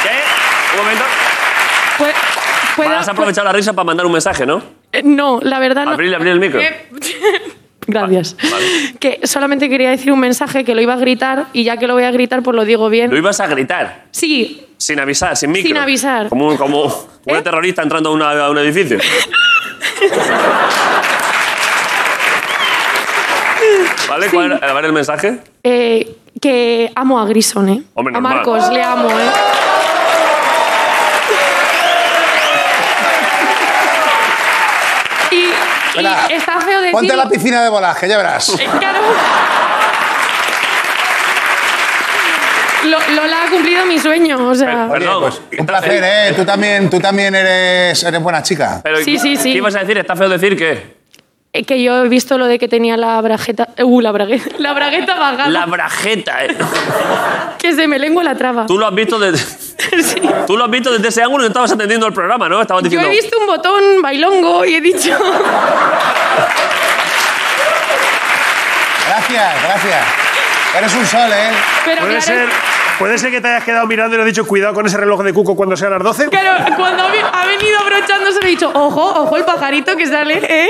S1: ¿Qué? Un momento.
S9: Pues, puedo-
S1: Has aprovechado la risa para mandar un mensaje, ¿no?
S9: eh, no, la verdad no.
S1: Abrir, abrir el micro.
S9: Eh, Gracias. Que solamente quería decir un mensaje que lo iba a gritar y ya que lo voy a gritar, pues lo digo bien.
S1: Lo ibas a gritar,
S9: Sí,
S1: sin avisar, sin micro.
S9: Sin avisar. ¿Eh?
S1: Como, un- como una terrorista entrando a, una- a un edificio. ¿Vale? ¿Cuál era- a ver el mensaje?
S9: eh, que amo a Grison, ¿eh?
S1: Hombre,
S9: a
S1: normal.
S9: Marcos le amo, ¿eh? Y- y,
S4: Espera,
S9: está feo decir...
S4: Ponte a la piscina de volaje, ya verás.
S9: Eh, claro. Lo- Lola ha cumplido mi sueño, o sea...
S1: Pero- Perdón.
S4: Pues, un placer, ¿eh? Tú también, tú también eres, eres buena chica.
S1: Pero,
S9: Sí, sí, sí.
S1: ¿Qué ibas a decir? ¿Está feo decir qué?
S9: Eh, Que yo he visto lo de que tenía la brajeta... Uh, la bragueta. La bragueta vagada.
S1: La brajeta. eh.
S9: Que se me lengua la traba.
S1: Tú lo has visto desde...
S9: Sí.
S1: Tú lo has visto desde ese ángulo que estabas atendiendo el programa, ¿no? Estabas
S9: Yo
S1: diciendo.
S9: he visto un botón bailongo y he dicho...
S4: Gracias, gracias. Eres un sol, ¿eh?
S9: Pero
S2: Puede
S9: claro,
S2: ser, puede ser que te hayas quedado mirando y le has dicho, cuidado con ese reloj de cuco cuando sean las 12.
S9: claro, cuando ha vi- ha venido abrochándose me he dicho, ojo, ojo el pajarito que sale, ¿eh?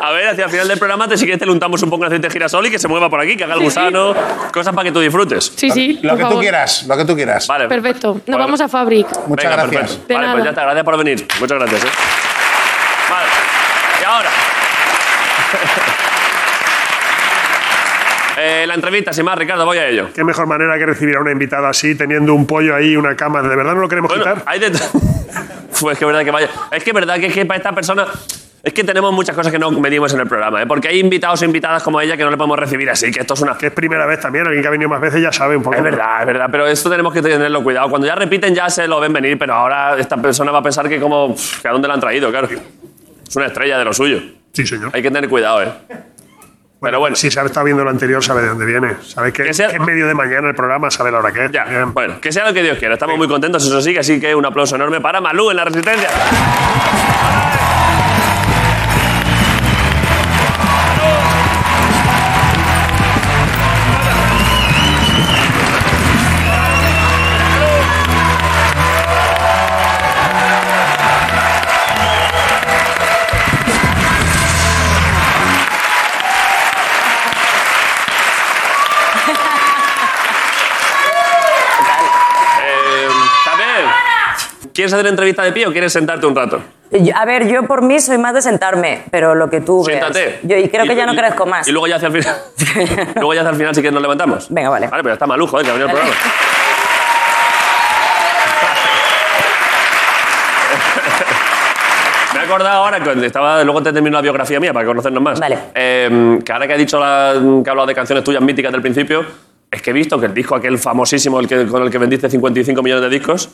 S1: A ver, hacia el final del programa, te, si quieres, te le untamos un poco de aceite de girasol y que se mueva por aquí, que haga el
S9: Sí, sí.
S1: gusano, cosas para que tú disfrutes.
S9: Sí, sí,
S4: Lo
S9: por
S4: que tú
S9: favor.
S4: quieras, lo que tú quieras.
S1: Vale.
S9: Perfecto, nos
S1: Vale.
S9: vamos a Fabric.
S4: Muchas
S1: Venga,
S4: gracias.
S1: perfecto.
S9: De
S1: Vale, pues
S9: nada.
S1: ya está. Gracias por venir. Muchas gracias. ¿eh? Vale. Y ahora. Eh, la entrevista, sin más, Ricardo, voy a ello.
S2: Qué mejor manera que recibir a una invitada así, teniendo un pollo ahí, una cama. ¿De verdad no lo queremos
S1: Bueno,
S2: quitar?
S1: hay de. Pues es que verdad que vaya. Es que verdad que, es que para esta persona. Es que tenemos muchas cosas que no medimos en el programa, ¿eh? porque hay invitados o invitadas como ella que no le podemos recibir así, que esto es una
S2: Que es primera vez también, alguien que ha venido más veces ya sabe un poco.
S1: Es verdad, es verdad, pero esto tenemos que tenerlo cuidado. Cuando ya repiten ya se lo ven venir, pero ahora esta persona va a pensar que como pf, que a dónde la han traído, claro. Es una estrella de lo suyo.
S2: Sí, señor.
S1: Hay que tener cuidado, ¿eh? Pero bueno,
S2: Si se ha estado viendo lo anterior, sabe de dónde viene. Sabe que,
S1: Que sea-
S2: que es medio de mañana el programa, sabe la hora que es.
S1: ya.
S2: Bien.
S1: Bueno, que sea lo que Dios quiera. Estamos muy contentos, eso sí, así que un aplauso enorme para Malú en la Resistencia. Eh, Tabel, ¿Quieres hacer entrevista de pie o quieres sentarte un rato?
S10: Yo- A ver, yo por mí soy más de sentarme, pero lo que tú veas.
S1: Siéntate.
S10: Pues, Yo, y creo que ya no
S1: y-
S10: crezco más.
S1: Y luego ya hacia el final. luego ya hacia el final sí que nos levantamos.
S10: Venga, vale.
S1: Vale, pero está malujo, joder, que ha venido el
S10: Vale.
S1: programa. Me he acordado ahora, que estaba, luego te termino la biografía mía para conocernos más.
S10: Vale.
S1: Eh, que ahora que ha dicho la- que ha hablado de canciones tuyas míticas del principio, es que he visto que el disco aquel famosísimo el que, con el que vendiste 55 millones de discos,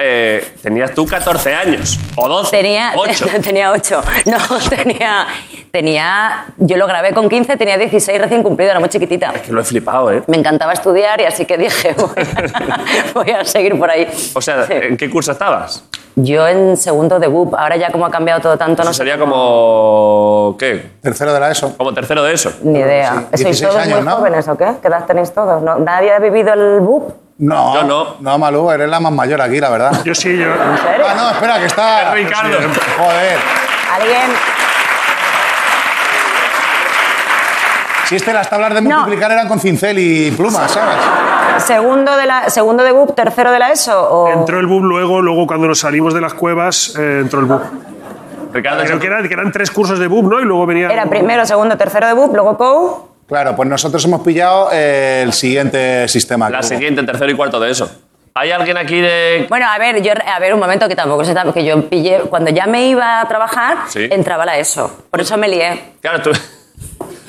S1: eh, tenías tú 14 años, o 12,
S10: Tenía,
S1: 8.
S10: tenía 8. No, tenía, tenía. Yo lo grabé con 15, tenía 16 recién cumplido, era muy chiquitita.
S1: que lo he flipado, ¿eh?
S10: Me encantaba estudiar y así que dije, voy a, voy a seguir por ahí.
S1: O sea, eh,
S10: Sí.
S1: ¿en qué curso estabas?
S10: yo en segundo de BUP, ahora ya como ha cambiado todo tanto, no
S1: Eso
S10: sé.
S1: sería como. ¿Qué?
S4: Tercero de la ESO.
S1: Como tercero de eso.
S10: Ni
S4: Sí,
S10: idea. ¿Sois
S4: 16
S10: todos
S4: años,
S10: muy
S4: ¿no?
S10: jóvenes o qué? ¿Qué edad tenéis todos? ¿No? ¿Nadie ha vivido el BUP?
S4: No,
S1: Yo no.
S4: No, Malú, eres la más mayor aquí, la verdad.
S2: Yo sí, yo.
S10: ¿En serio?
S4: Ah, no, espera, que está. eh,
S1: Ricardo.
S4: Joder.
S10: ¿Alguien?
S4: Si este las tablas de multiplicar eran con cincel y pluma, ¿sabes?
S10: ¿Segundo de, la, Ah, segundo de BUP, tercero de la ESO? O...
S2: Entró el boom luego, luego cuando nos salimos de las cuevas, eh, entró el boom.
S1: Ricardo,
S2: Creo
S1: eso-
S2: que, era- que eran tres cursos de boom, ¿no? Y luego venía.
S10: Era primero, segundo, tercero de BUP, luego COU.
S4: Claro, pues nosotros hemos pillado eh, el siguiente sistema.
S1: la
S4: que hubo.
S1: siguiente, tercero y cuarto de eso. ¿Hay alguien aquí de.?
S10: Bueno, a ver, yo, a ver, un momento que tampoco sé tanto, que yo pillé, cuando ya me iba a trabajar,
S1: Sí.
S10: entraba la ESO. Por eso me lié.
S1: Claro, tú.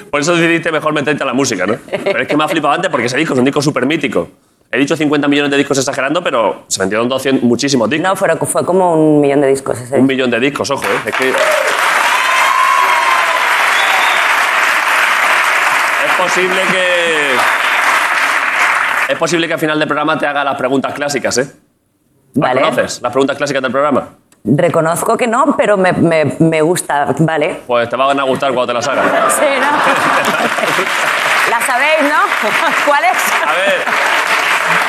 S1: Por eso decidiste mejor meterte a la música, ¿no? Pero es que me ha flipado antes porque ese disco es un disco súper mítico. He dicho 50 millones de discos exagerando, pero se vendieron 200, muchísimos discos.
S10: No, fue, fue como un millón de discos ese.
S1: Un millón de discos, ojo, ¿eh? Es que. posible que. Es posible que al final del programa te haga las preguntas clásicas, ¿eh? ¿Las
S10: Vale.
S1: conoces? Las preguntas clásicas del programa.
S10: Reconozco que no, pero me, me- me gusta, ¿vale?
S1: Pues te van a gustar cuando te las haga.
S10: Sí, ¿no? La sabéis, ¿no? ¿Cuál es?
S1: A ver.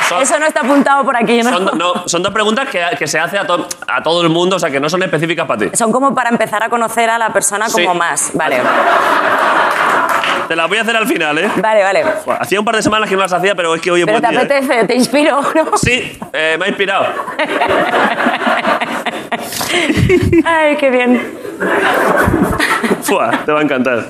S1: Son,
S10: Eso no está apuntado por aquí, ¿no?
S1: son do- no, son dos preguntas que, que se hace a, to- a todo el mundo, o sea que no son específicas para ti.
S10: Son como para empezar a conocer a la persona como
S1: Sí.
S10: más. Vale,
S1: Te las voy a hacer al final, ¿eh?
S10: vale, vale.
S1: Buah, Hacía un par de semanas que no las hacía, pero es que hoy es
S10: Pero te
S1: buen día. ¿eh?
S10: apetece, te inspiro, ¿no?
S1: Sí, eh, me ha inspirado.
S10: Ay, qué bien.
S1: Buah, te va a encantar.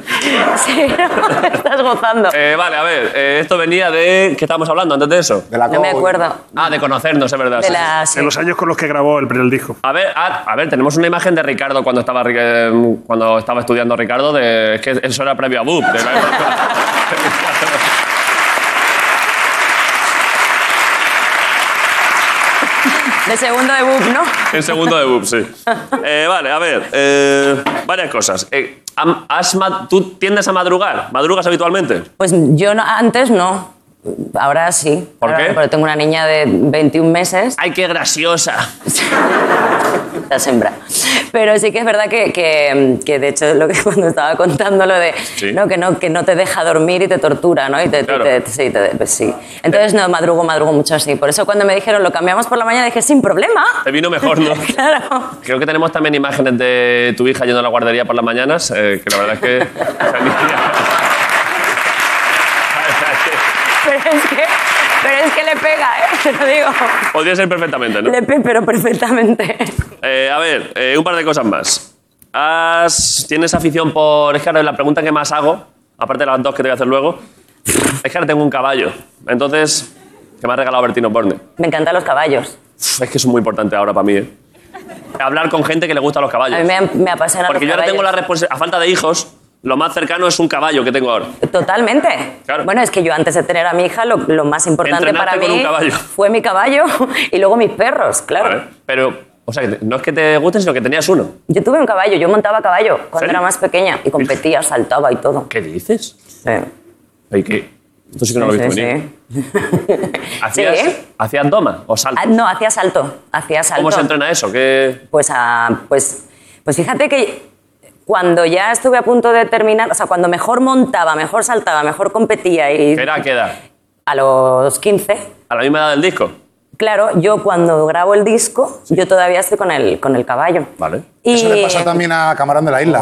S10: Sí, ¿no? estás gozando.
S1: Eh, vale, a ver, eh, esto venía de... ¿Qué estábamos hablando antes de eso?
S4: De la
S10: No me
S4: COVID.
S10: acuerdo.
S1: Ah, de conocernos, es verdad.
S10: De
S1: sí, sí.
S10: la... sí.
S2: En los años con los que grabó el, el disco.
S1: A ver, ah, a ver, tenemos una imagen de Ricardo cuando estaba, ri- eh, cuando estaba estudiando Ricardo, de, es que eso era previo a Boop. de la-
S10: De segundo de BUP, ¿no?
S1: en segundo de Boop, sí. Eh, vale, a ver, eh, varias cosas. Eh, am- has ma- ¿Tú tiendes a madrugar? ¿Madrugas habitualmente?
S10: Pues yo no- antes no. Ahora sí.
S1: ¿Por
S10: Ahora
S1: qué?
S10: no, Porque tengo una niña de 21 meses.
S1: ¡Ay, qué graciosa!
S10: Está sembrada. Pero sí que es verdad que, que- que de hecho, lo que cuando estaba contando lo de
S1: Sí.
S10: no, que, no, que no te deja dormir y te tortura, ¿no? Y te,
S1: Claro.
S10: te- sí, te- pues sí. Entonces, no, madrugo, madrugo mucho así. Por eso cuando me dijeron lo cambiamos por la mañana, dije, sin problema.
S1: Te vino mejor, ¿no?
S10: Claro.
S1: Creo que tenemos también imágenes de tu hija yendo a la guardería por las mañanas, eh, que la verdad es que... esa niña-
S10: Pero es que, pero es que le pega, ¿eh? Te lo digo.
S1: Podría ser perfectamente, ¿no?
S10: Le pe, pero perfectamente.
S1: Eh, a ver, eh, un par de cosas más. Has- ¿Tienes afición por...? Es que ahora la pregunta que más hago, aparte de las dos que te voy a hacer luego, es que ahora tengo un caballo. Entonces, que me ha regalado Bertino Borne.
S10: Me encantan los caballos.
S1: Uf, Es que es muy importante ahora para mí, ¿eh? Hablar con gente que le gustan los
S10: A
S1: caballos.
S10: mí me, me apasionan
S1: Porque
S10: los
S1: yo ahora
S10: caballos.
S1: tengo la responsabilidad... A falta de hijos, lo más cercano es un caballo que tengo ahora.
S10: Totalmente.
S1: Claro.
S10: Bueno, es que yo antes de tener a mi hija, lo, lo más importante
S1: Entrenaste
S10: para mí
S1: con un caballo.
S10: fue mi caballo y luego mis perros, claro.
S1: Vale, Pero, o sea, que te- no es que te guste, sino que tenías uno.
S10: Yo tuve un caballo, yo montaba caballo cuando
S1: ¿Serio?
S10: era más pequeña y competía, saltaba y todo.
S1: ¿Qué dices?
S10: Sí.
S1: Oye, ¿qué? Esto sí que no lo he
S10: Sí,
S1: visto
S10: sí,
S1: venir.
S10: sí.
S1: ¿Hacías,
S10: Sí.
S1: hacías doma o salto?
S10: Ah, No, hacía salto, hacía salto.
S1: ¿Cómo se entrena eso? ¿Qué...
S10: Pues, a, pues, pues fíjate que cuando ya estuve a punto de terminar, o sea, cuando mejor montaba, mejor saltaba, mejor competía y
S1: ¿Qué era? ¿Qué edad?
S10: a los 15,
S1: ¿A la misma edad del disco?
S10: Claro, yo cuando grabo el disco, yo todavía estoy con el, con el caballo.
S1: Vale.
S10: Y
S4: Eso le pasa también a Camarón de la Isla.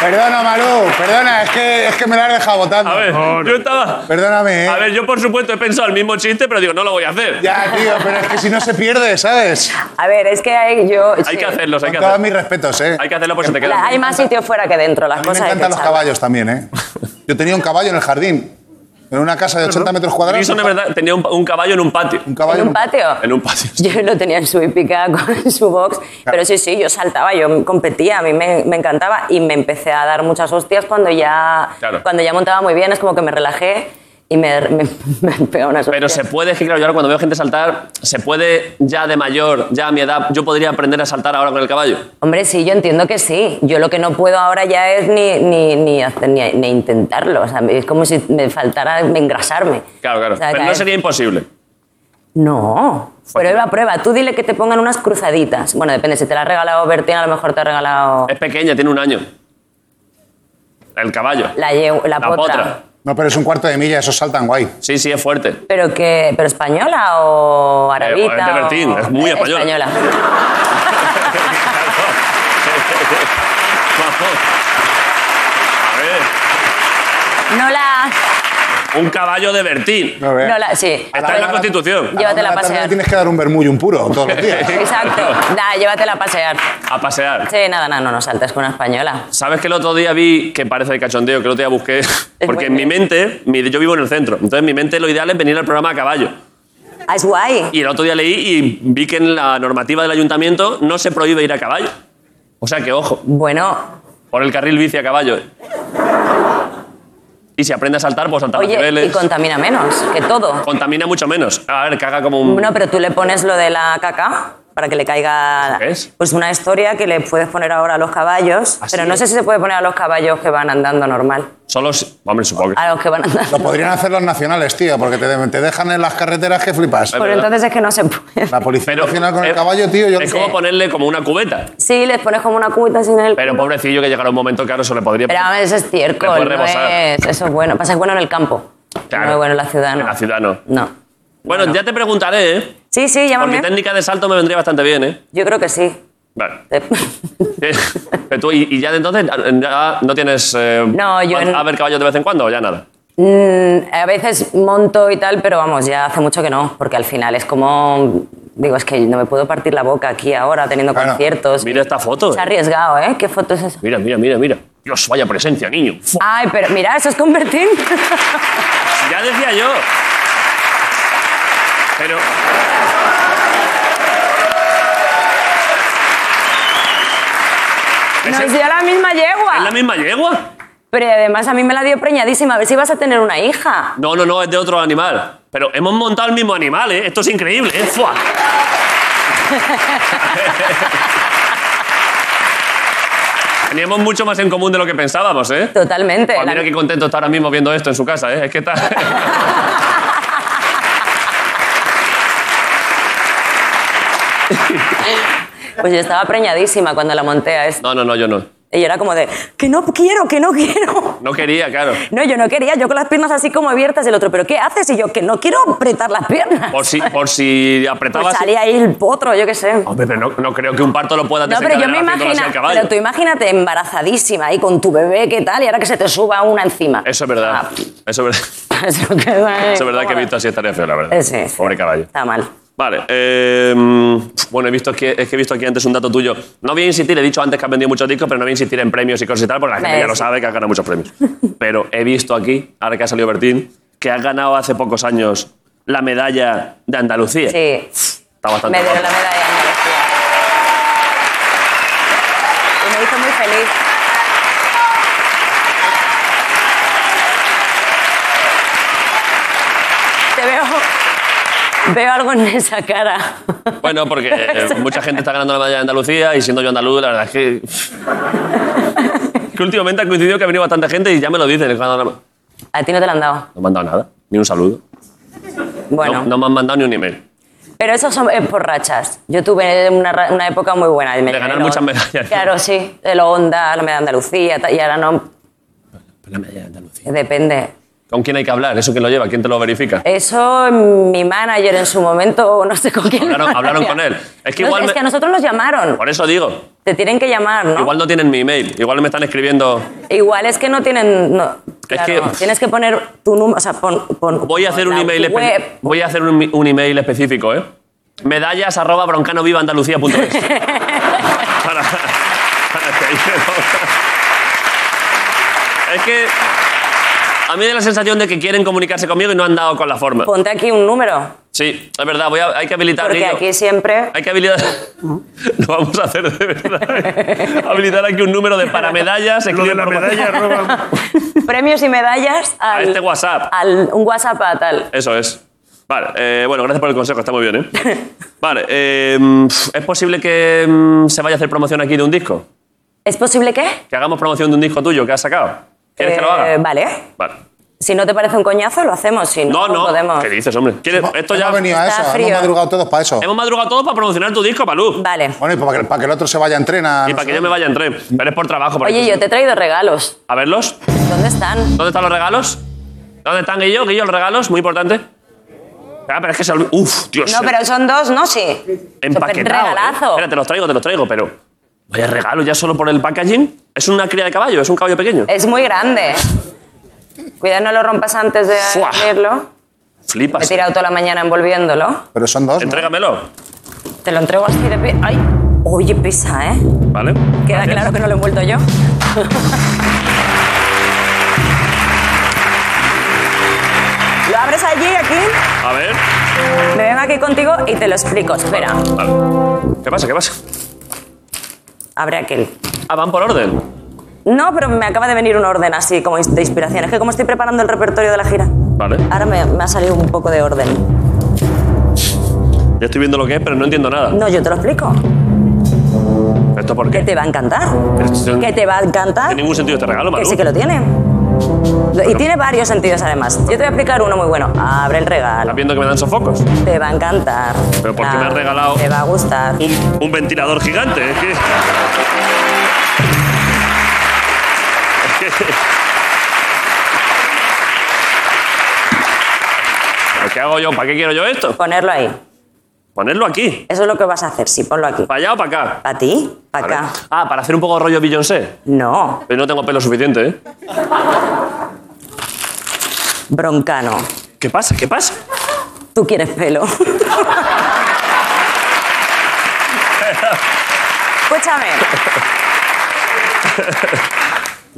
S4: Perdona, Malú, perdona, es que, es que me la has dejado votando.
S1: A ver, yo estaba...
S4: Perdóname, ¿eh?
S1: A ver, yo por supuesto he pensado el mismo chiste, pero digo, no lo voy a hacer.
S4: Ya, tío, pero es que si no se pierde, ¿sabes?
S10: a ver, es que hay, yo...
S1: Hay
S10: sí.
S1: que hacerlos, Pues hay
S4: Con
S1: que
S4: todos
S1: hacerlos.
S4: mis respetos, ¿eh?
S1: Hay que hacerlo porque se te
S10: La-
S1: queda.
S10: hay más sitio fuera que dentro, las
S4: A mí me
S10: cosas Pues hay que
S4: encantan los
S10: echarlas.
S4: caballos también, ¿eh? Yo tenía un caballo en el jardín, en una casa de 80 metros cuadrados.
S1: Gleason, es verdad, tenía un, un caballo en un patio.
S4: Un caballo.
S10: ¿En un patio?
S1: En un patio.
S10: Yo lo tenía en su hípica, en su box, pero sí, sí, yo saltaba, yo competía, a mí me, me encantaba y me empecé a dar muchas hostias cuando ya,
S1: Claro.
S10: cuando ya montaba muy bien, es como que me relajé y me, me, me pegaba unas
S1: Pero
S10: hostias.
S1: se puede, es que claro, yo ahora cuando veo gente saltar, se puede ya de mayor, ya a mi edad, yo podría aprender a saltar ahora con el caballo.
S10: Hombre, sí, yo entiendo que sí. Yo lo que no puedo ahora ya es ni, ni, ni, hacer- ni- ni intentarlo. O sea, es como si me faltara engrasarme.
S1: Claro, claro.
S10: O sea,
S1: Pero no
S10: caer-
S1: sería imposible.
S10: No, pero iba a prueba. Tú dile que te pongan unas cruzaditas. Bueno, depende. Si te la ha regalado Bertín, a lo mejor te ha regalado
S1: Es pequeña, tiene un año. El caballo.
S10: la, yegua- la,
S1: La
S10: potra.
S1: potra.
S4: No, pero es un cuarto de milla, esos saltan guay.
S1: Sí, sí, es fuerte.
S10: ¿Pero que ¿Pero española o arabita?
S1: es de Eh, Bertín,
S10: o-
S1: es muy
S10: Eh,
S1: española.
S10: española.
S1: Vamos. A ver,
S10: No la...
S1: un caballo de Bertín.
S4: No,
S10: No la sí.
S1: Está en la Constitución.
S10: Llévatela a pasear.
S4: Tienes que dar un vermú y un puro todos los días.
S10: Exacto. Da, llévatela a pasear.
S1: A pasear.
S10: Sí, nada, nada, no, no saltas con una española.
S1: ¿Sabes que el otro día vi, que parece de cachondeo, que el otro día busqué, porque en mi mente, mi- yo vivo en el centro, entonces en mi mente lo ideal es venir al programa a caballo.
S10: Ah, es guay.
S1: Y el otro día leí y vi que en la normativa del ayuntamiento no se prohíbe ir a caballo. O sea que, ojo,
S10: Bueno,
S1: por el carril bici a caballo. Y si aprende a saltar, pues saltar los
S10: Oye,
S1: niveles.
S10: y contamina menos que todo.
S1: Contamina mucho menos. A ver, caga como un.
S10: Bueno, pero tú le pones lo de la caca para que le caiga pues una historia que le puedes poner ahora a los
S1: ¿Ah,
S10: caballos, pero no sé si se puede poner a los caballos que van andando normal,
S1: Solo. si- Hombre, supongo que.
S10: a los que van andando.
S1: pues,
S4: Lo podrían hacer los nacionales, tío, porque te, de- te dejan en las carreteras que flipas.
S10: Por entonces es que no se puede.
S4: La policía
S1: Pero-
S4: nacional con el
S1: eh,
S4: caballo, tío, yo
S1: Es como ponerle como una cubeta.
S10: Sí, les pones como una cubita sin el
S1: Pero pobrecillo que llegará un momento que ahora se le podría.
S10: Pero a ver, eso es
S1: Le
S10: estiércol,
S1: puede
S10: no
S1: rebosar.
S10: es... Eso es bueno. Pasa que es bueno en el campo. No es bueno en la ciudad, no.
S1: En la ciudad no.
S10: No.
S1: Bueno, ya te preguntaré, ¿eh?
S10: Sí, sí,
S1: Porque
S10: llámame.
S1: técnica de salto me vendría bastante bien, ¿eh?
S10: Yo creo que sí.
S1: Vale. Eh, pero tú, y, y ya de entonces ya no tienes. eh,
S10: No, yo
S1: a,
S10: en-
S1: a ver caballos de vez en cuando o ya nada.
S10: Mm, a veces monto y tal, pero vamos, ya hace mucho que no, porque al final es como... Digo, es que no me puedo partir la boca aquí ahora teniendo conciertos.
S1: Mira esta foto.
S10: Se ha
S1: eh.
S10: arriesgado, ¿eh? ¿Qué foto es esa?
S1: Mira, mira, mira, mira. Dios, vaya presencia, niño. Fu-
S10: Ay, pero mira, eso es convertir.
S1: Ya decía yo. Pero.
S10: Nos dio la misma yegua.
S1: ¿Es la misma yegua?
S10: Pero además a mí me la dio preñadísima. A ver si vas a tener una hija.
S1: No, no, no, es de otro animal. Pero hemos montado el mismo animal, ¿eh? Esto es increíble, ¿eh? ¡Fua! Teníamos mucho más en común de lo que pensábamos, ¿eh?
S10: Totalmente.
S1: Pues
S10: La-
S1: mira qué contento está ahora mismo viendo esto en su casa, ¿eh? Es que está...
S10: Pues yo estaba preñadísima cuando la monté a esto.
S1: No, no, no, yo no.
S10: Y yo era como de, que no quiero, que no quiero.
S1: No quería, claro.
S10: No, yo no quería, yo con las piernas así como abiertas, el otro, ¿pero qué haces? Y yo, que no quiero apretar las piernas.
S1: Por si, por si apretabas...
S10: Pues salía ahí el potro, yo qué sé. No,
S1: Hombre, pero no, no creo que un parto lo pueda
S10: pero yo me
S1: desencadenar haciéndolo así
S10: imagino,
S1: al caballo.
S10: pero tú imagínate embarazadísima ahí con tu bebé, ¿qué tal? Y ahora que se te suba una encima.
S1: Eso es verdad.
S10: Ah.
S1: Eso es verdad.
S10: Eso que va, eh.
S1: Eso es verdad que he visto así estaría feo, la verdad.
S10: Eh, sí, sí.
S1: Pobre caballo.
S10: Está mal.
S1: Vale. eh, bueno, he visto que, es que he visto aquí antes un dato tuyo. No voy a insistir, he dicho antes que has vendido muchos discos, pero no voy a insistir en premios y cosas y tal, porque la gente
S10: Eh,
S1: ya lo
S10: sí.
S1: sabe que has ganado muchos premios. Pero he visto aquí, ahora que ha salido Bertín, que has ganado hace pocos años la medalla de Andalucía.
S10: Sí.
S1: Está bastante
S10: Me dio
S1: guapo.
S10: la medalla de Andalucía. Y me hizo muy feliz. Te veo. Veo algo en esa cara.
S1: Bueno, porque eh, mucha gente está ganando la medalla de Andalucía y siendo yo andaluz, la verdad es que. que últimamente ha coincidido que ha venido bastante gente y ya me lo dicen. he ganado la-
S10: A ti no te la han dado.
S1: No me han dado nada, ni un saludo.
S10: Bueno.
S1: No, no me han mandado ni un email.
S10: Pero eso son eh, por rachas. Yo tuve una, ra- una época muy buena. De
S1: ganar muchas medallas.
S10: Claro, sí. De lo Onda, la medalla de Andalucía. tal, Y ahora no.
S1: Pues La medalla de Andalucía.
S10: Depende.
S1: ¿Con quién hay que hablar? ¿Eso quién lo lleva? ¿Quién te lo verifica?
S10: Eso mm, mi manager en su momento, no sé con quién.
S1: Hablaron- hablaron con él. Es que igual
S10: No,
S1: me-
S10: es que a nosotros nos llamaron.
S1: Por eso digo,
S10: Te tienen que llamar, ¿no? Igual,
S1: igual no tienen mi email, igual me están escribiendo.
S10: es que no tienen. no,
S1: Es
S10: claro,
S1: que-
S10: tienes que poner tu número. O sea, pon. pon-
S1: Voy a hacer un
S10: la
S1: email, espe-
S10: web.
S1: voy a hacer un, mi- un email específico, ¿eh? Medallas arroba broncanovivaandalucía.es. para, para que ahí- Es que a mí me da la sensación de que quieren comunicarse conmigo y no han dado con la forma.
S10: Ponte aquí un número.
S1: Sí, es verdad, voy a- hay que habilitar.
S10: Porque
S1: Guillo.
S10: aquí ¿Mm? siempre.
S1: Hay que habilitar. Lo vamos a hacer de verdad. ¿eh? habilitar aquí un número de paramedallas.
S2: Lo de
S1: escribe
S2: la
S1: por-
S2: medalla arroba-
S10: Premios y medallas
S1: A
S10: al.
S1: este WhatsApp.
S10: al- un WhatsApp a tal.
S1: Eso es. Vale, eh, bueno, gracias por el consejo, está muy bien, ¿eh? Vale, eh, mm, ¿es posible que mm, se vaya a hacer promoción aquí de un disco?
S10: ¿Es posible que?
S1: Que hagamos promoción de un disco tuyo que has sacado. ¿Quieres que lo
S10: Eh,
S1: haga?
S10: Vale.
S1: Vale.
S10: Si no te parece un coñazo, lo hacemos. Si no,
S1: No, no.
S10: podemos.
S1: ¿Qué dices, hombre? ¿Quieres- Esto ya.
S4: Hemos venido a
S10: Está
S4: eso, hemos
S10: frío.
S4: madrugado todos para eso.
S1: Hemos madrugado todos para promocionar tu disco, Palú.
S10: Vale.
S4: Bueno, y para que, para que el otro se vaya en tren a...
S1: Y
S4: no
S1: para
S4: sé
S1: que yo me vaya en tren. Pero es por trabajo. porque
S10: Oye,
S1: tú-
S10: yo te he traído regalos.
S1: A verlos.
S10: ¿Dónde están?
S1: ¿Dónde están los regalos? ¿Dónde están Guillo? Guillo, los regalos, muy importante. Ah, pero es que se olvi- Uf, Dios. eh.
S10: No,
S1: se-
S10: pero son dos, ¿no? Sí.
S1: Empaquetado. ¿eh?
S10: Regalazo.
S1: Espera, te los traigo, te los traigo, pero. Vaya regalo, ya solo por el packaging. Es una cría de caballo, es un caballo pequeño.
S10: Es muy grande. Cuidado, no lo rompas antes de
S1: Fua.
S10: abrirlo. Me he
S1: Flipas.
S10: tirado toda la mañana envolviéndolo.
S4: Pero son dos, ¿no?
S1: Entrégamelo,
S10: Te lo entrego así de pie. ¡Ay! Oye, pesa, ¿eh?
S1: ¿vale?
S10: Queda
S1: Gracias.
S10: claro que no lo he envuelto yo. lo abres allí, aquí.
S1: A ver.
S10: Me vengo aquí contigo y te lo explico. Espera.
S1: Vale. ¿Qué pasa? ¿Qué pasa?
S10: Abre aquel.
S1: Ah, van por orden.
S10: No, pero me acaba de venir un orden así, como de inspiración. Es que como estoy preparando el repertorio de la gira,
S1: Vale.
S10: ahora me, me ha salido un poco de orden.
S1: Ya estoy viendo lo que es, pero no entiendo nada.
S10: No, yo te lo explico.
S1: ¿Esto por
S10: Que
S1: qué?
S10: te va a encantar.
S1: Esto-
S10: Que te va a encantar.
S1: En ningún sentido este regalo,
S10: Que
S1: Manu.
S10: sí que lo tiene. Y tiene varios sentidos además. Yo te voy a explicar uno muy bueno. Abre el regalo.
S1: ¿Estás viendo que me dan sofocos?
S10: Te va a encantar.
S1: Pero porque me
S10: Claro,
S1: has regalado
S10: Te va a gustar.
S1: un, un ventilador gigante. Es que... Es que- ¿Pero ¿Qué hago yo? ¿Para qué quiero yo esto?
S10: Ponerlo ahí.
S1: Ponerlo aquí.
S10: Eso es lo que vas a hacer, sí, ponlo aquí.
S1: ¿Para allá o para acá?
S10: ¿Para ti? ¿Para
S1: Vale.
S10: acá?
S1: Ah, para hacer un poco rollo Beyoncé.
S10: No,
S1: Pero no tengo pelo suficiente, ¿eh?
S10: broncano.
S1: ¿Qué pasa? ¿Qué pasa?
S10: Tú quieres pelo. Escúchame.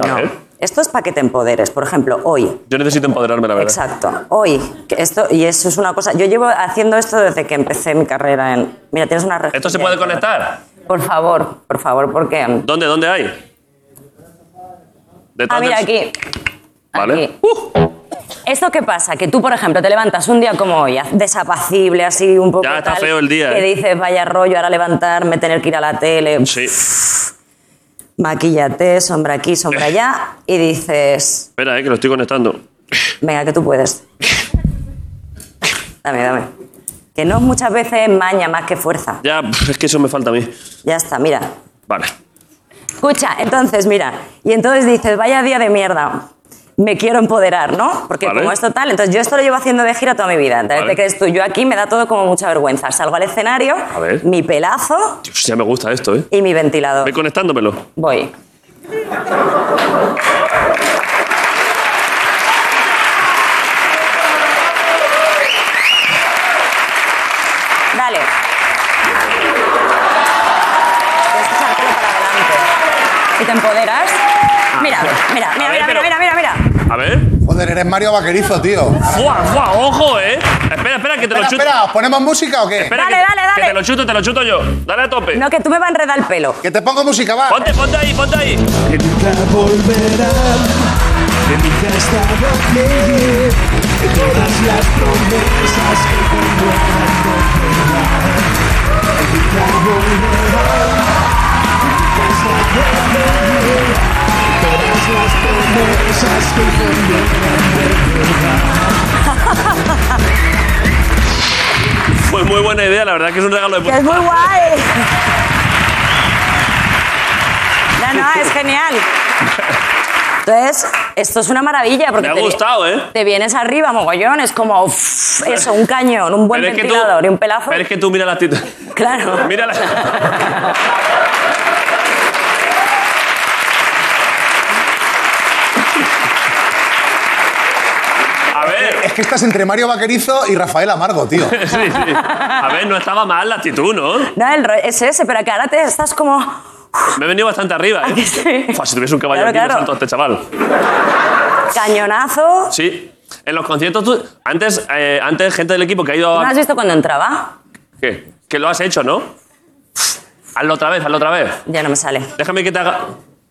S1: A
S10: No.
S1: ver.
S10: Esto es para que te empoderes. Por ejemplo, hoy,
S1: Yo necesito empoderarme, la verdad.
S10: Exacto. Hoy, que esto, y eso es una cosa. Yo llevo haciendo esto desde que empecé mi carrera en. Mira, tienes una red.
S1: ¿Esto se puede conectar?
S10: Por favor, por favor, porque. um,
S1: ¿Dónde? ¿Dónde hay? Detrás
S10: Ah, mira,
S1: del-
S10: aquí.
S1: Vale. ¡Uh!
S10: aquí. ¿Esto qué pasa? Que tú, por ejemplo, te levantas un día como hoy, desapacible, así un poco.
S1: Ya está
S10: tal,
S1: feo el día,
S10: Que
S1: ¿eh?
S10: dices, vaya rollo, ahora levantarme, tener que ir a la tele.
S1: Sí.
S10: Maquíllate, sombra aquí, sombra allá. Y dices,
S1: Espera, eh, que lo estoy conectando.
S10: venga, que tú puedes. Dame, dame. Que no muchas veces es maña más que fuerza.
S1: Ya, es que eso me falta a mí.
S10: Ya está, mira.
S1: Vale.
S10: Escucha, entonces, mira. Y entonces dices, vaya día de mierda. Me quiero empoderar, ¿no? Porque
S1: Vale.
S10: como es total, entonces yo esto lo llevo haciendo de gira toda mi vida. Entonces,
S1: Vale.
S10: ¿te crees tú? Yo aquí me da todo como mucha vergüenza. Salgo al escenario,
S1: ver.
S10: mi pelazo
S1: Dios, ya me gusta esto, ¿eh?
S10: y mi ventilador.
S1: Voy conectándomelo.
S10: Voy. Dale. Tienes que echártelo para adelante. Si te empoderas. Mira, mira, mira,
S1: A ver,
S10: mira,
S1: pero-
S10: mira, mira, mira.
S1: A ver.
S4: Joder, eres Mario Vaquerizo, tío.
S1: ¡Fua, fua! ¡Ojo, eh! Espera, espera, que te
S4: Espera,
S1: lo chuto.
S4: espera, ¿os ponemos música o qué?
S1: Espera,
S10: Dale,
S1: que,
S10: dale, dale.
S1: que te lo chuto, te lo chuto yo. Dale a tope.
S10: No, que tú me vas a enredar el pelo.
S4: Que te pongo música, va.
S1: Ponte, ponte ahí, ponte ahí.
S8: que nunca volverán. De mi casta de todas las promesas que tengo
S1: Fue muy buena idea, la verdad que es un regalo de
S10: Que
S1: puta.
S10: es muy guay. No, no, es genial. Entonces, esto es una maravilla. Porque
S1: Me ha
S10: te vi-
S1: gustado, ¿eh?
S10: Te vienes arriba, mogollón, es como uff, eso, un cañón, un buen
S1: Pero es que tú-
S10: ventilador y un pelazo.
S1: Pero es que tú mira la actitud.
S10: Claro.
S1: Mira la... A ver.
S4: Es que estás entre Mario Vaquerizo y Rafael Amargo, tío.
S1: Sí, sí. A ver, no estaba mal la actitud, ¿no?
S10: No, el ro- es ese, pero que ahora te estás como.
S1: Me he venido bastante arriba,
S10: ¿A que
S1: ¿eh?
S10: sí?
S1: Fua, si tuviese un caballo
S10: Claro,
S1: aquí, me
S10: claro.
S1: salto a este chaval.
S10: Cañonazo.
S1: Sí. En los conciertos tú... Antes, eh, antes gente del equipo que ha ido
S10: ¿No
S1: a...
S10: has visto cuando entraba?
S1: ¿Qué? Que lo has hecho, ¿no? Hazlo otra vez, hazlo otra vez.
S10: Ya no me sale.
S1: Déjame que te haga...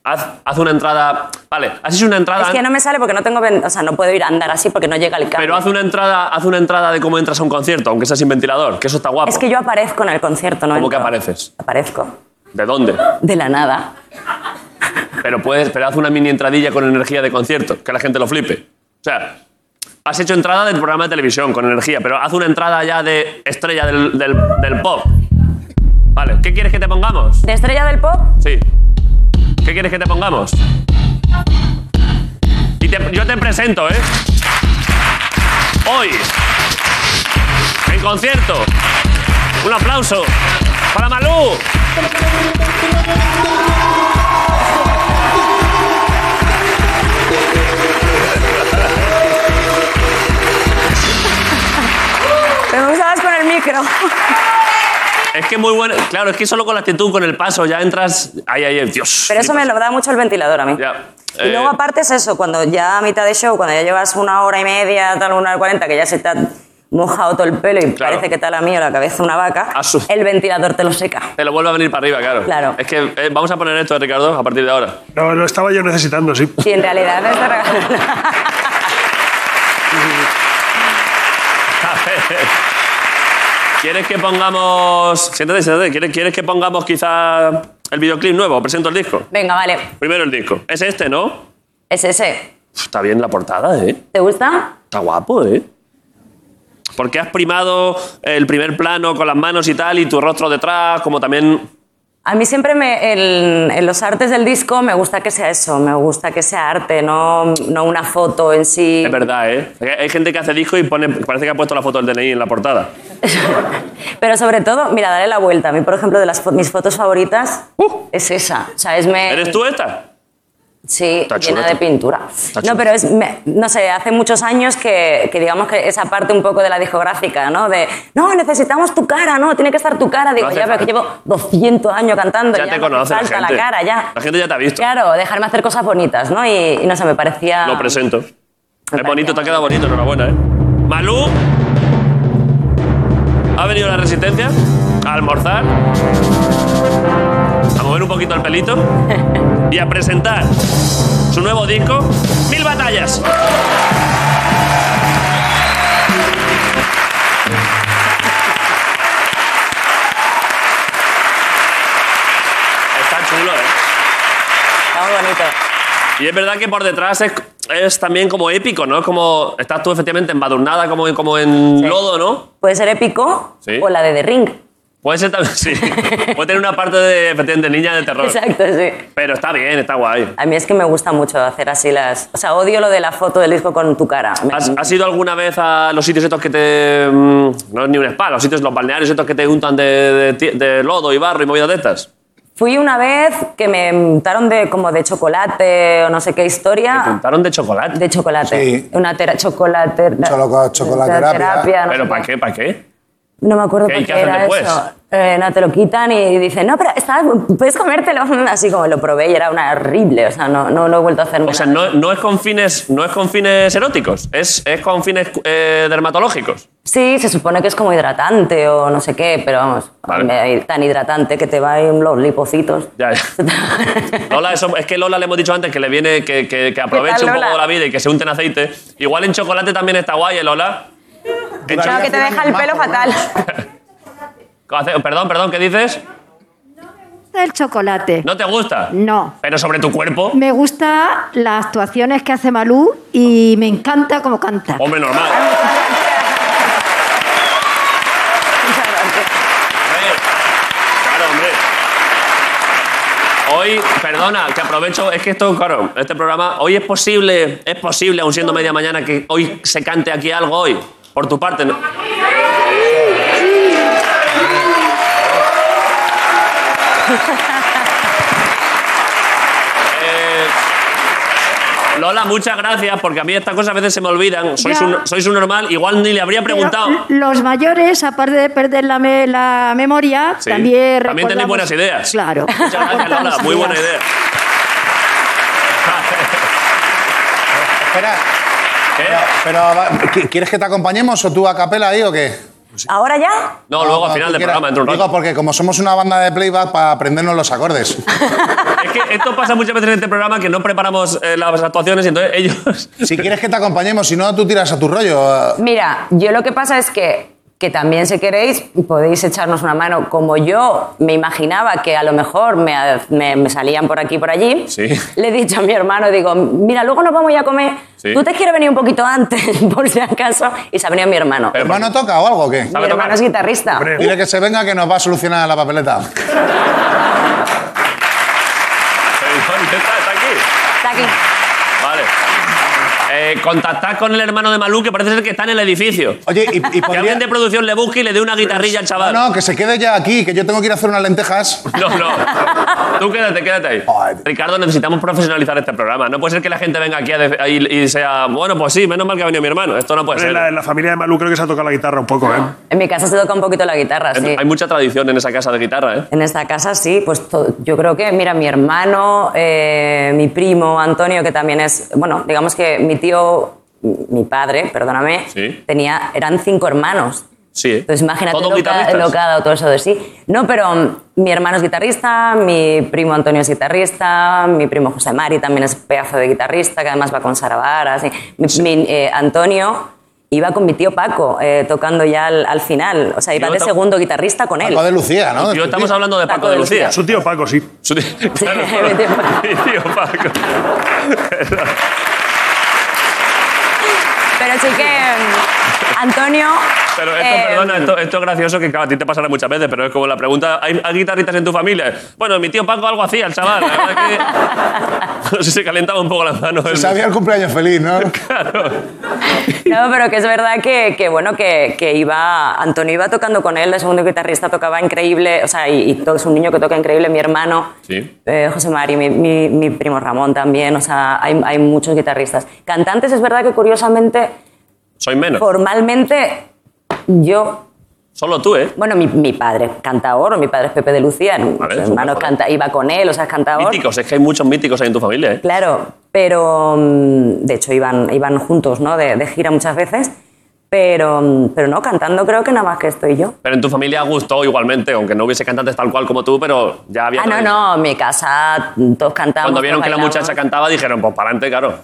S1: Haz, haz una entrada... Vale, has hecho una entrada...
S10: Es que no me sale porque no tengo. ven- O sea, no puedo ir a andar así porque no llega el
S1: Pero
S10: cambio.
S1: haz una entrada, haz una entrada de cómo entras a un concierto, aunque sea sin ventilador, que eso está guapo.
S10: Es que yo aparezco en el concierto, ¿no?
S1: ah, ¿Cómo que
S10: entro.
S1: apareces?
S10: Aparezco.
S1: ¿De dónde?
S10: De la nada.
S1: Pero puedes, pero haz una mini entradilla con energía de concierto, que la gente lo flipe. O sea, has hecho entrada del programa de televisión con energía, pero haz una entrada ya de estrella del, del, del pop. Vale, ¿qué quieres que te pongamos?
S10: ¿De estrella del pop?
S1: Sí. ¿Qué quieres que te pongamos? Y te- yo te presento, ¿eh? Hoy, en concierto, un aplauso para Malú.
S10: Me gustabas con el micro.
S1: Es que muy bueno. Claro, es que solo con la actitud, con el paso, ya entras. Ay, ay, ay, Dios.
S10: Pero eso me lo da mucho el ventilador a mí.
S1: Ya.
S10: Y
S1: eh,
S10: luego aparte es eso, cuando ya a mitad de show, cuando ya llevas una hora y media, tal, una hora y cuarenta, que ya se te ha mojado todo el pelo y parece que te ha lamido la cabeza una vaca, el ventilador te lo seca.
S1: Te lo vuelve a venir para arriba, claro. Claro. Es que eh, vamos a poner esto, Ricardo, a partir de ahora.
S2: No, lo estaba yo necesitando, sí.
S10: Si en realidad no está regalando nada.
S1: A ver. ¿Quieres que pongamos. Siéntate, siéntate. ¿Quieres, quieres que pongamos quizá el videoclip nuevo? Presento el disco.
S10: Venga, vale.
S1: Primero el disco. Es este, ¿no?
S10: Es ese.
S1: Uf, Está bien la portada, ¿eh?
S10: ¿Te gusta?
S1: Está guapo, ¿eh? Porque has primado el primer plano con las manos y tal, y tu rostro detrás, como también.
S10: A mí siempre me- el- en los artes del disco me gusta que sea eso, me gusta que sea arte, no, no una foto en sí.
S1: Es verdad, ¿eh? Hay- Hay gente que hace disco y pone, parece que ha puesto la foto del DNI en la portada.
S10: Pero sobre todo, mira, darle la vuelta. A mí, por ejemplo, de las fo- mis fotos favoritas es esa. O sea, es me-
S1: ¿Eres tú esta?
S10: Sí,
S1: Está chula,
S10: llena de
S1: tú.
S10: pintura. No, pero es, me- no sé, hace muchos años que, que digamos que esa parte un poco de la discográfica, ¿no? De, no, necesitamos tu cara, no, tiene que estar tu cara. Digo,
S1: hace
S10: ya, pero que llevo 200 años cantando.
S1: Ya, te
S10: no hace
S1: conoce la
S10: falta
S1: gente.
S10: cara, ya.
S1: La gente ya te ha visto.
S10: Claro, dejarme hacer cosas bonitas, ¿no? Y, y no sé, me parecía...
S1: Lo presento. Es bonito, te ha quedado bonito, enhorabuena, ¿eh? Malú. ¿Ha venido la resistencia? A almorzar. A mover un poquito el pelito. Y a presentar su nuevo disco, Mil Batallas. Está chulo, ¿eh?
S10: Está muy bonito.
S1: Y es verdad que por detrás es, es también como épico, ¿no? Es como. Estás tú efectivamente embadurnada, como, como en lodo, ¿no?
S10: Puede ser épico
S1: Sí.
S10: o la de The Ring.
S1: Puede ser también. Sí. Puede tener una parte de, efectivamente, niña de terror.
S10: Exacto, sí.
S1: Pero está bien, está guay.
S10: A mí es que me gusta mucho hacer así las... O sea, odio lo de la foto del disco con tu cara. Me-
S1: ¿Has, has ido alguna vez a los sitios estos que te. mm, No es ni un spa, los sitios, los balnearios estos que te untan de, de ti- de lodo y barro y movidas de estas?
S10: Fui una vez que me untaron de como de chocolate o no sé qué
S1: ¿Te
S10: historia.
S1: untaron de chocolate?
S10: Ah. De chocolate.
S4: Sí.
S10: Una tera, chocolate.
S4: Choloco- chocolaterapia.
S10: terapia, no,
S1: ¿Pero
S10: sé
S1: para
S10: qué.
S1: qué? ¿Para qué?
S10: No me acuerdo
S1: ¿Qué-
S10: por
S1: y qué
S10: qué
S1: hacen
S10: era
S1: después?
S10: eso. Eh, no, te lo quitan y dicen, no, pero está, puedes comértelo. Así como lo probé y era una horrible. O sea, no, no, no he vuelto a hacerme.
S1: O sea, no, no es, con fines, no es con fines eróticos, es, es con fines eh, dermatológicos.
S10: Sí, se supone que es como hidratante o no sé qué, pero vamos, me- tan hidratante que te va ahí los lipocitos.
S1: Ya, ya. Lola, eso- es que Lola le hemos dicho antes que le viene que, que- que aproveche
S10: tal,
S1: un poco
S10: Lola?
S1: la vida y que se unte en aceite. Igual en chocolate también está guay, ¿eh, Lola. En cho-
S10: Claro, que te deja el pelo fatal.
S1: Hace- Perdón, perdón, ¿qué dices?
S3: El chocolate.
S1: ¿No te gusta?
S3: No.
S1: Pero sobre tu cuerpo,
S3: Me gusta las actuaciones que hace Malú y me encanta cómo canta.
S1: hombre normal. Hombre, Claro, hombre. Hoy, perdona, que aprovecho, es que esto, claro, este programa, hoy es posible, es posible, aun siendo media mañana, que hoy se cante aquí algo hoy, por tu parte, ¿no? Eh, Lola, muchas gracias, porque a mí estas cosas a veces se me olvidan. Sois
S3: Ya.
S1: un, sois un normal, igual ni le habría preguntado.
S3: Los mayores, aparte de perder la, me- la memoria,
S1: Sí.
S3: también
S1: También tenéis
S3: recordamos-
S1: buenas ideas.
S3: Claro.
S1: Muchas gracias, Lola. Muy buena idea.
S4: Espera. Pero, pero va- ¿qui- ¿quieres que te acompañemos o tú a capela ahí o qué?
S10: ¿Ahora ya?
S1: No, luego al
S4: cuando
S1: final
S4: tú
S1: del
S4: quieras.
S1: programa, dentro de un rato.
S4: Ah, Digo, porque como somos una banda de playback, para aprendernos los acordes.
S1: Es que esto pasa muchas veces en este programa que no preparamos eh, las actuaciones y entonces ellos.
S4: Si quieres que te acompañemos, si no, tú tiras a tu rollo.
S10: Mira, yo lo que pasa es que, que también si queréis podéis echarnos una mano. Como yo me imaginaba que a lo mejor me, me- me salían por aquí y por allí,
S1: Sí.
S10: le he dicho a mi hermano, digo, mira, luego nos vamos ya a comer.
S1: Sí.
S10: ¿Tú te quieres venir un poquito antes, por si acaso? Y se ha venido mi hermano.
S1: Pero,
S4: ¿Hermano toca o algo o qué?
S10: mi hermano es guitarrista.
S4: Dile que se venga que nos va a solucionar la papeleta.
S1: ¿Dónde está? ¿Está aquí?
S10: Está aquí.
S1: Vale. Eh, contactad con el hermano de Malú, que parece ser que está en el edificio.
S4: Oye, y, y
S1: Que
S4: podría-
S1: alguien de producción le busque y le dé una guitarrilla al chaval.
S4: No, que se quede ya aquí, que yo tengo que ir a hacer unas lentejas.
S1: No, no. Tú quédate, quédate ahí.
S4: Ay.
S1: Ricardo, necesitamos profesionalizar este programa. No puede ser que la gente venga aquí a def- ahí y sea, bueno, pues sí, menos mal que ha venido mi hermano. Esto no puede
S2: En
S1: ser.
S2: la, en la familia de Malú creo que se ha tocado la guitarra un poco, ¿eh?
S10: En mi casa se toca un poquito la guitarra, sí.
S1: Hay mucha tradición en esa casa de guitarra, ¿eh?
S10: En esta casa sí, pues to- yo creo que, mira, mi hermano, eh, mi primo Antonio, que también es, bueno, digamos que mi tío mi padre, perdóname, tenía, eran cinco hermanos.
S1: Sí. ¿eh?
S10: Entonces Pues imagínate
S1: Todos
S10: lo que, ha-
S1: guitarristas.
S10: lo que ha dado todo eso de sí. No, pero mm, mi hermano es guitarrista, mi primo Antonio es guitarrista, mi primo José Mari también es pedazo de guitarrista, que además va con Sara Vara, así. Mi, mi, eh, Antonio iba con mi tío Paco, eh, tocando ya al, al final. O sea, iba
S1: Yo
S10: de
S1: tam-
S10: segundo guitarrista con él.
S1: Tío, estamos hablando de Paco, de Lucía.
S2: Su tío Paco, sí.
S1: Su tío, claro,
S10: Mi tío Paco.
S1: Mi tío Paco.
S10: Pero sí que mm, Antonio...
S1: Pero esto,
S10: eh,
S1: perdona, esto, esto es gracioso que claro, a ti te pasará muchas veces, pero es como la pregunta, ¿hay, hay guitarristas en tu familia? Bueno, mi tío Paco algo hacía, el chaval. La verdad que... No sé, se calentaba un poco las manos.
S4: Se sabía el cumpleaños feliz, ¿no?
S10: No, pero que es verdad que, que, bueno, que, que iba, Antonio iba tocando con él, el segundo guitarrista tocaba increíble, o sea, y, y todo es un niño que toca increíble, mi hermano,
S1: Sí.
S10: eh, José Mari, mi, mi- mi primo Ramón también, o sea, hay, hay muchos guitarristas. Cantantes es verdad que curiosamente,
S1: Soy menos.
S10: formalmente, yo,
S1: Solo tú, ¿eh?
S10: bueno, mi, mi padre es cantador, mi padre es Pepe de Lucía, mi hermano canta, iba con él, o sea, es cantador.
S1: Míticos, es que hay muchos míticos ahí en tu familia, ¿eh?
S10: Claro, pero mm, de hecho iban, iban juntos, ¿no? De, de gira muchas veces, pero, mm, pero no, cantando creo que nada más que estoy yo.
S1: Pero en tu familia gustó igualmente, aunque no hubiese cantantes tal cual como tú, pero ya había...
S10: Ah, no, no, en mi casa mm, todos cantamos.
S1: Cuando vieron
S10: todos
S1: que la
S10: bailamos.
S1: muchacha cantaba, dijeron, pues para adelante, claro.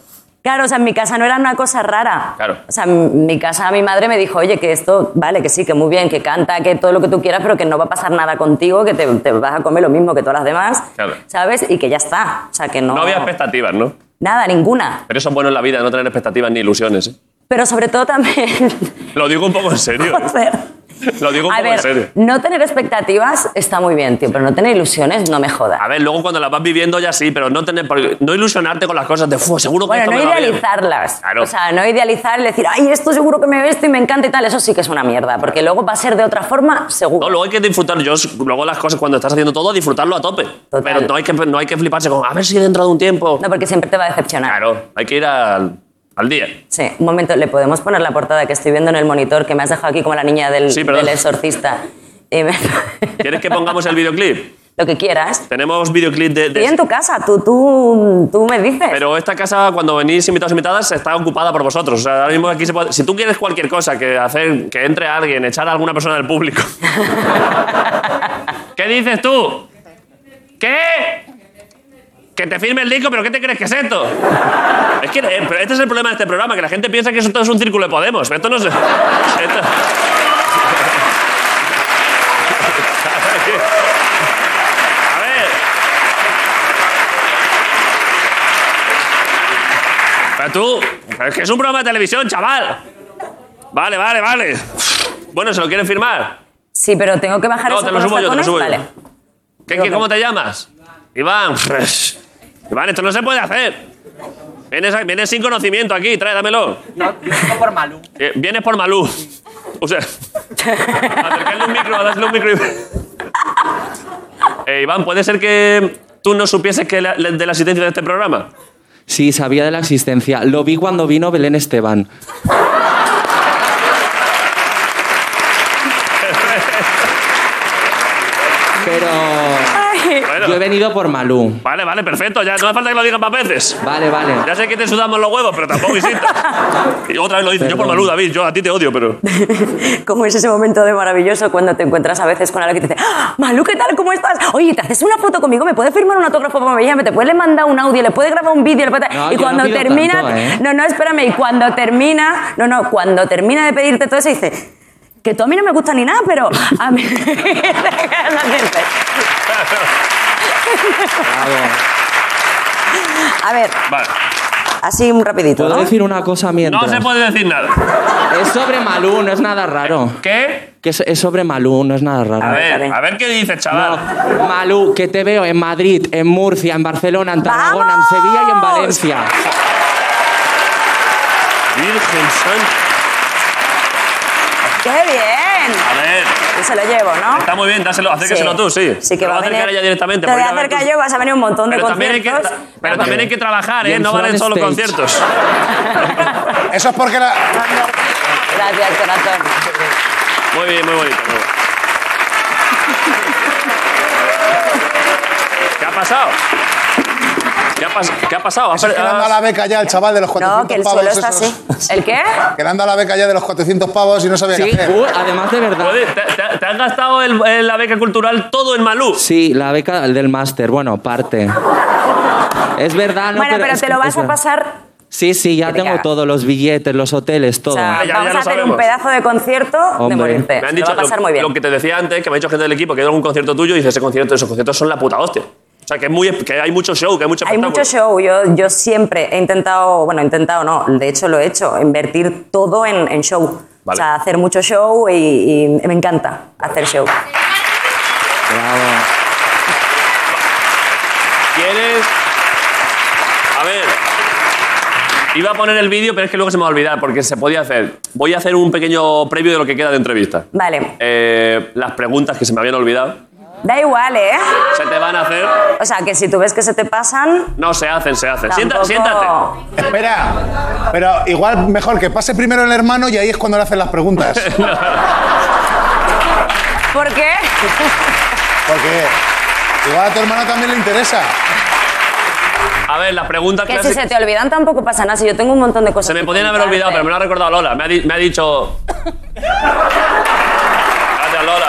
S10: Claro, o sea, en mi casa no era una cosa rara.
S1: Claro.
S10: O sea, en mi casa mi madre me dijo, oye, que esto, vale, que sí, que muy bien, que canta, que todo lo que tú quieras, pero que no va a pasar nada contigo, que te, te vas a comer lo mismo que todas las demás,
S1: Claro.
S10: ¿sabes? Y que ya está. O sea, que no...
S1: No había expectativas, ¿no?
S10: Nada, ninguna.
S1: Pero eso es bueno en la vida, no tener expectativas ni ilusiones. ¿eh?
S10: Pero sobre todo también...
S1: Lo digo un poco en serio. ¿eh?
S10: joder.
S1: Lo digo un
S10: A
S1: poco en
S10: ver,
S1: serio.
S10: no tener expectativas está muy bien, tío, pero no tener ilusiones no me joda.
S1: A ver, luego cuando las vas viviendo ya sí, pero no tener porque no ilusionarte con las cosas de "Fu, seguro que
S10: Bueno,
S1: esto
S10: no
S1: me va bien".
S10: idealizarlas.
S1: Claro.
S10: O sea, no idealizar y decir, ay, esto seguro que me ve esto y me encanta y tal. Eso sí que es una mierda, porque luego va a ser de otra forma, seguro.
S1: No, luego hay que disfrutar. Yo, luego las cosas cuando estás haciendo todo, disfrutarlo a tope. Pero no hay, que, no hay que fliparse con a ver si dentro de un tiempo.
S10: No, porque siempre te va a decepcionar.
S1: Claro, hay que ir al, al día.
S10: Sí, un momento, ¿le podemos poner la portada que estoy viendo en el monitor que me has dejado aquí como la niña del,
S1: Sí, perdón.
S10: del exorcista? Y me-
S1: ¿Quieres que pongamos el videoclip?
S10: Lo que quieras.
S1: Tenemos videoclip de. de-
S10: Y en tu casa, tú, tú, tú me dices.
S1: pero esta casa, cuando venís invitados invitadas, está ocupada por vosotros. O sea, ahora mismo aquí se puede- Si tú quieres cualquier cosa, que hacer que entre alguien, echar a alguna persona del público. ¿Qué dices tú? ¿Qué? Que te firme el disco, pero ¿qué te crees que es esto? Es que eh, pero este es el problema de este programa, que la gente piensa que eso todo es un círculo de Podemos. Esto no es... esto- A ver. Pero tú, pero es que es un programa de televisión, chaval. Vale, vale, vale. Bueno, ¿se lo quieren firmar?
S10: Sí, pero tengo que bajar
S1: No,
S10: eso
S1: te lo
S10: con los
S1: subo yo, te lo
S10: tacones.
S1: subo yo.
S10: Vale.
S1: ¿Qué, qué, ¿Cómo te llamas? Iván. pues, Iván, esto no se puede hacer. Vienes, a- vienes sin conocimiento aquí, trae, dámelo.
S11: No, no por Malú.
S1: Eh, Vienes por Malú. O sea, acercarle un micro, darle un micro. y- Eh, Iván, ¿puede ser que tú no supieses que la- la- de la asistencia de este programa?
S6: Sí, sabía de la existencia. Lo vi cuando vino Belén Esteban. Pero yo he venido por Malú.
S1: Vale, vale, perfecto. Ya no hace falta que lo digas más veces.
S6: Vale, vale.
S1: Ya sé que te sudamos los huevos, pero tampoco visitas. y otra vez lo dices. Yo por
S6: Perdón.
S1: Malú, David. Yo a ti te odio, pero...
S10: ¿Cómo es ese momento de maravilloso cuando te encuentras a veces con alguien que te dice, "Ah, Malú, ¿qué tal? ¿Cómo estás? Oye, ¿te haces una foto conmigo? ¿Me puedes firmar un autógrafo para me ¿Me puedes mandar un audio? ¿Le puedes grabar un vídeo? ¿Le puedes-?"
S6: No,
S10: y
S6: yo
S10: cuando
S6: no pido
S10: termina...
S6: tanto, ¿eh?
S10: No, no, espérame. Y cuando termina... No, no, cuando termina de pedirte todo eso, dice, que tú a mí no me gusta ni nada, pero a mí... a ver,
S1: Vale.
S10: así un rapidito,
S6: ¿Puedo
S10: ¿no?
S6: decir una cosa mientras?
S1: No se puede decir nada.
S6: Es sobre Malú, no es nada raro.
S1: ¿Qué?
S6: Que es, es sobre Malú, no es nada raro.
S1: A ver, a ver qué dices, chaval.
S6: No, Malú, que te veo en Madrid, en Murcia, en Barcelona, en Tarragona, en Sevilla y en Valencia.
S1: Virgen Santa.
S10: ¡Qué bien!
S1: A ver,
S10: Yo se lo llevo, ¿no?
S1: está muy bien, dáselo, acércaselo
S10: Sí.
S1: tú, sí.
S10: Sí, que
S1: Lo
S10: va a
S1: acercar
S10: venir-
S1: ella directamente.
S10: Te voy
S1: porque
S10: a
S1: va ver
S10: acercar
S1: tú-
S10: yo, vas a venir a un montón de
S1: Pero también, hay que,
S10: conciertos.
S1: pero también hay que trabajar,
S6: Y
S1: ¿eh?
S6: en
S1: No
S6: Fran
S1: valen solo
S6: Stage.
S1: conciertos.
S4: Eso es porque la.
S10: Gracias, corazón.
S1: Muy bien, muy bonito. muy bueno. ¿Qué ha pasado? ¿Qué ha, pas- qué ha pasado? ¿Ha
S4: Eso es que le han dado la beca ya al chaval de los 400
S10: No, que el
S4: pavos.
S10: suelo está
S4: esos.
S10: así. ¿El qué?
S4: Que le han dado la beca ya de los 400 pavos y no sabía
S6: Sí,
S4: qué hacer.
S6: uh, además de verdad.
S1: Joder, ¿Te, te- te has gastado el- el- la beca cultural todo en Malú?
S6: Sí, la beca del máster, bueno, parte. Es verdad, ¿no?
S10: bueno, pero,
S6: es
S10: te
S6: que-
S10: lo
S6: es
S10: vas a
S6: verdad.
S10: pasar.
S6: Sí, sí, ya
S10: que te
S6: tengo
S10: cagas.
S6: todos los billetes, los hoteles, todo.
S10: O sea,
S1: Ah, ya- ya
S10: vamos
S1: lo
S10: a hacer
S1: sabemos.
S10: un pedazo de concierto
S6: Hombre.
S10: de morirte.
S1: Me han
S10: Te
S1: dicho
S10: va a pasar
S1: lo,
S10: muy bien.
S1: lo que te decía antes, que me ha dicho gente del equipo que ha ido a algún concierto tuyo y dice, ese concierto, esos conciertos son la puta hostia. O sea, que, es muy, que hay mucho show, que hay mucho
S10: Hay
S1: espectáculo.
S10: mucho show. Yo, yo siempre he intentado, bueno, he intentado no, de hecho lo he hecho, invertir todo en, en show.
S1: Vale.
S10: O sea, hacer mucho show y, y me encanta hacer show.
S6: Bravo.
S1: ¿Quieres...? A ver... Iba a poner el vídeo, pero es que luego se me va a olvidar, porque se podía hacer. Voy a hacer un pequeño previo de lo que queda de entrevista.
S10: Vale.
S1: Eh, las preguntas que se me habían olvidado
S10: Da igual, ¿eh?
S1: se te van a hacer.
S10: O sea, que si tú ves que se te pasan,
S1: No, se hacen, se hacen. Sienta-
S10: tampoco...
S1: siéntate.
S4: Espera, pero igual mejor que pase primero el hermano y ahí es cuando le hacen las preguntas.
S10: ¿Por qué?
S4: Porque igual a tu hermano también le interesa.
S1: A ver, las preguntas
S10: Que si
S1: clásicas.
S10: se te olvidan tampoco pasa nada. Si yo tengo un montón de cosas.
S1: Se me
S10: que
S1: podían haber
S10: contarte.
S1: olvidado, pero me lo ha recordado Lola. Me ha, di- me ha dicho. Gracias, Lola.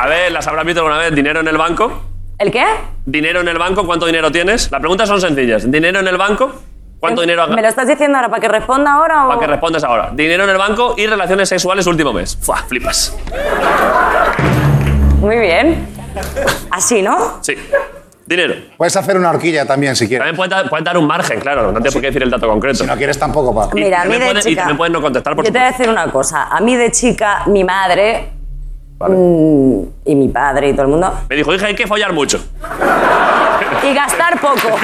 S1: A ver, las habrás visto alguna vez. ¿Dinero en el banco?
S10: ¿El qué?
S1: ¿Dinero en el banco? ¿Cuánto dinero tienes? Las preguntas son sencillas. ¿Dinero en el banco? ¿Cuánto dinero has
S10: Eh, ¿Me lo estás diciendo ahora para que responda ahora o.?
S1: Para que respondas ahora. Dinero en el banco y relaciones sexuales último mes. Fua, flipas.
S10: Muy bien. Así, ¿no?
S1: Sí. Dinero.
S4: Puedes hacer una horquilla también si quieres.
S1: También puedes dar, puedes dar un margen, claro. No te por qué decir el dato concreto.
S4: Si no quieres tampoco, pa.
S1: Y
S10: Mira, a mí
S1: también
S10: de
S1: puedes- y
S10: chica.
S1: también puedes no contestar, por
S10: Yo te voy a decir una cosa. A mí de chica, mi madre. mm, y mi padre y todo el mundo.
S1: Me dijo, hija, hay que follar mucho.
S10: Y gastar poco.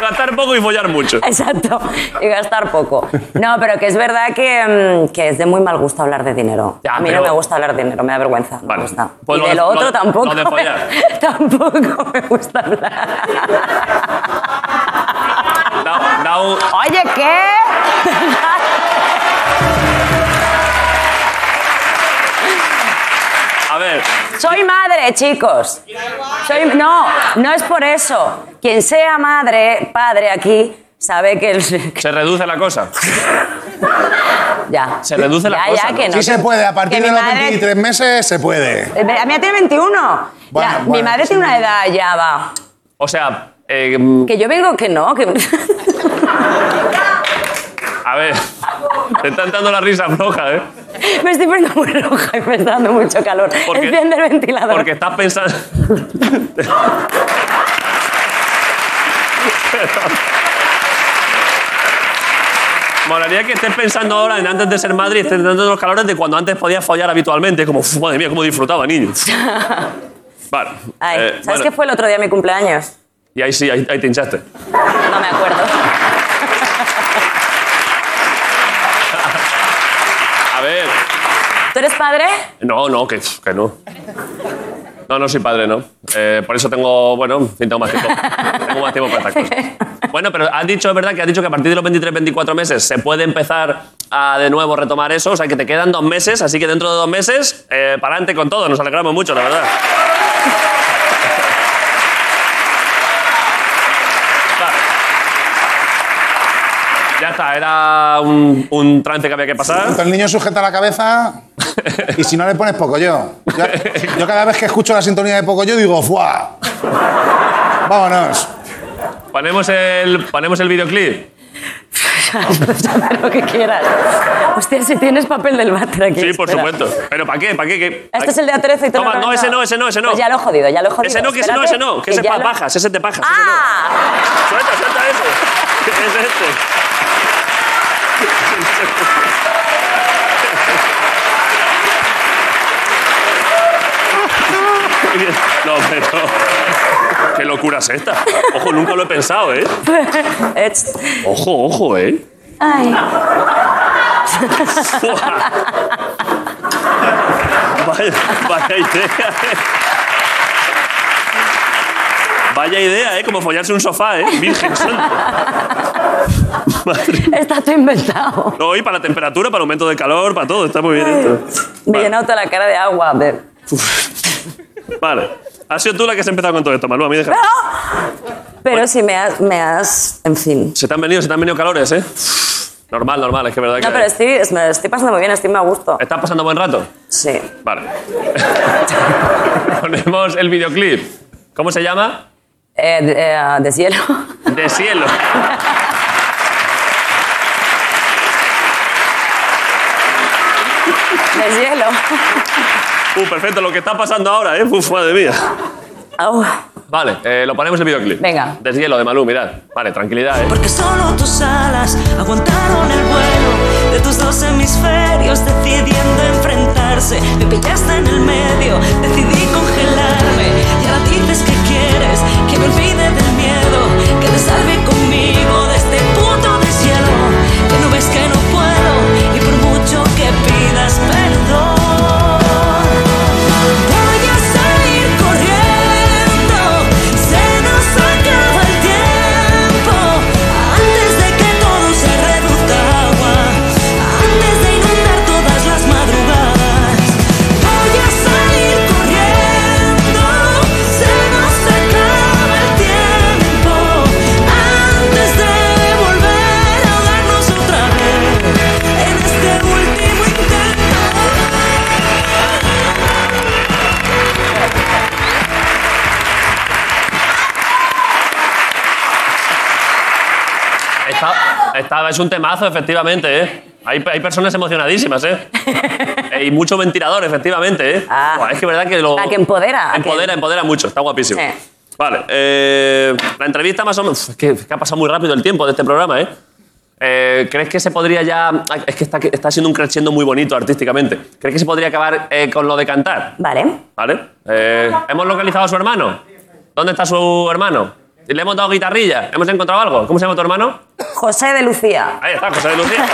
S1: Gastar poco y follar mucho.
S10: Exacto. Y gastar poco. No, pero que es verdad que, mm, que es de muy mal gusto hablar de dinero.
S1: Ya,
S10: a mí
S1: pero-
S10: no me gusta hablar de dinero, me da vergüenza. no
S1: Vale.
S10: me gusta.
S1: Pues
S10: y
S1: lo
S10: de
S1: de-
S10: lo
S1: lo
S10: otro
S1: de-
S10: tampoco.
S1: lo de follar.
S10: tampoco me gusta hablar.
S1: Da, da un-
S10: Oye, ¿qué?
S1: a ver,
S10: Soy madre, chicos. Soy, no, no es por eso. Quien sea madre, padre aquí, sabe que el...
S1: se reduce la cosa.
S10: Ya.
S1: Se reduce la
S10: Ya,
S1: cosa,
S10: ya,
S1: ¿no?
S10: que no.
S4: Sí se puede, a partir
S10: Que
S4: de
S10: mi
S4: los
S10: madre-
S4: 23 meses se puede.
S10: Eh, A mí ya tiene 21.
S4: Bueno,
S10: Ya, mi
S4: bueno,
S10: madre
S4: sí,
S10: tiene una
S4: bueno.
S10: edad ya, va.
S1: O sea, eh,
S10: Que yo vengo que no. Que...
S1: a ver, te están dando la risa floja, ¿eh?
S10: me estoy poniendo muy roja y me está dando mucho calor.
S1: Porque-
S10: Enciende el ventilador.
S1: Porque estás pensando... Molaría que estés pensando ahora en antes de ser madre y estés dando los calores de cuando antes podías follar habitualmente. Es como, "Uf, madre mía, cómo disfrutaba, niño. Vale.
S10: Ay,
S1: eh,
S10: ¿Sabes
S1: bueno,
S10: qué fue el otro día de mi cumpleaños?
S1: Y ahí sí, ahí, ahí te hinchaste.
S10: No me acuerdo.
S1: A ver.
S10: ¿Tú eres padre?
S1: No, no, que, que no. No, no soy padre, no. Eh, por eso tengo, bueno, en fin, tengo más tiempo. Tengo más tiempo para estas cosas. Bueno, pero has dicho, es verdad, que has dicho que a partir de los 23, 24 meses se puede empezar a de nuevo retomar eso. O sea, que te quedan dos meses, así que dentro de dos meses, eh, para adelante con todo. Nos alegramos mucho, la verdad. Va. Ya está, era un, un trance que había que pasar.
S4: Entonces el niño sujeta la cabeza y si no le pones poco yo. Yo, yo cada vez que escucho la sintonía de poco yo digo, ¡fuah! Vámonos.
S1: Ponemos el, ponemos el videoclip.
S10: Haz lo que quieras. Hostia, si tienes papel del váter aquí.
S1: Sí, por
S10: espera.
S1: supuesto. ¿Pero para qué? ¿Para qué? ¿Qué?
S10: Este es el de A13 y todo
S1: Toma, no, ese no, ese no, ese no.
S10: Pues ya lo he jodido, ya lo he jodido.
S1: Ese no, que ese no, ese no. Que ese es para
S10: pajas.
S1: pajas, ese es de pajas. ese no.
S10: ¡Ah!
S1: Suelta, suelta ese. Es este. No, pero. Qué locura es esta. Ojo, nunca lo he pensado, ¿eh?
S10: Ets.
S1: Ojo, ojo, ¿eh?
S10: Ay.
S1: Buah. Vaya, vaya idea, ¿eh? Vaya idea, ¿eh? Como follarse un sofá, ¿eh? Virgen santa. Madre.
S10: Está todo inventado.
S1: No, y para la temperatura, para el aumento de calor, para todo. Está muy bien esto.
S10: Me he
S1: Vale.
S10: llenado toda la cara de agua. de-
S1: Vale. Has sido tú la que has empezado con todo esto, Malú. A mí deja.
S10: Pero si me has, me has- En fin.
S1: Se te han venido, se te han venido calores, ¿eh? Normal, normal. Es que es verdad que...
S10: No, pero estoy, es- me lo estoy pasando muy bien, estoy muy a gusto.
S1: ¿Estás pasando buen rato?
S10: Sí.
S1: Vale. Ponemos el videoclip. ¿Cómo se llama?
S10: Eh, de- eh, deshielo.
S1: De cielo.
S10: deshielo.
S1: Uh, perfecto, lo que está pasando ahora, ¿eh? Uf, madre mía.
S10: Au.
S1: Vale, eh, lo ponemos el videoclip.
S10: Venga.
S1: Deshielo de Malú, mirad. Vale, tranquilidad, ¿eh?
S11: Porque solo tus alas aguantaron el vuelo de tus dos hemisferios decidiendo enfrentarse. Me pillaste en el medio, decidí congelarme. Y ahora dices que quieres que me olvide del miedo, que te salve conmigo de este puto deshielo. Que no ves que no puedo y por mucho que pidas perdón. Voy a salir corriendo, se nos acaba el tiempo Antes de que todo se reduzca a agua Antes de inundar todas las madrugadas Voy a salir corriendo, se nos acaba el tiempo Antes de volver a ahogarnos otra vez En este último
S1: Está, está- es un temazo, efectivamente, ¿eh? Hay, hay personas emocionadísimas, ¿eh? Eh, y mucho ventilador, efectivamente, ¿eh? Buah, es que verdad que lo...
S10: Ah, que empodera, a que-
S1: Empodera, empodera mucho. Está guapísimo.
S10: Sí.
S1: Vale. eh, la entrevista más o menos... Uf, Es que, es que ha pasado muy rápido el tiempo de este programa, ¿eh? Eh, ¿Crees que se podría ya...? Es que está, está siendo un crescendo muy bonito artísticamente. ¿Crees que se podría acabar eh, con lo de cantar?
S10: Vale.
S1: ¿Vale? Eh, ¿Hemos localizado a su hermano? ¿Dónde está su hermano? ¿Le hemos dado guitarrilla? ¿Hemos encontrado algo? ¿Cómo se llama tu hermano?
S10: José de Lucía.
S1: Ahí está, José de Lucía.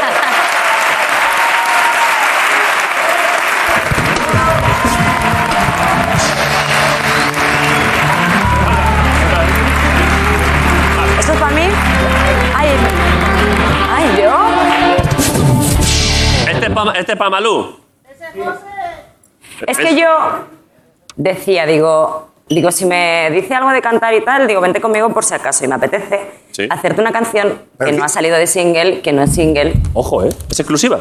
S10: ¿Eso es para mí? Ay, ay, yo.
S1: Este es para este es pa Malú.
S10: Es que yo decía, digo, digo, si me dice algo de cantar y tal, digo, vente conmigo por si acaso y me apetece
S1: Sí.
S10: hacerte una canción
S1: Pero
S10: que
S1: sí.
S10: no ha salido de single, que no es single.
S1: Ojo, ¿eh? Es exclusiva.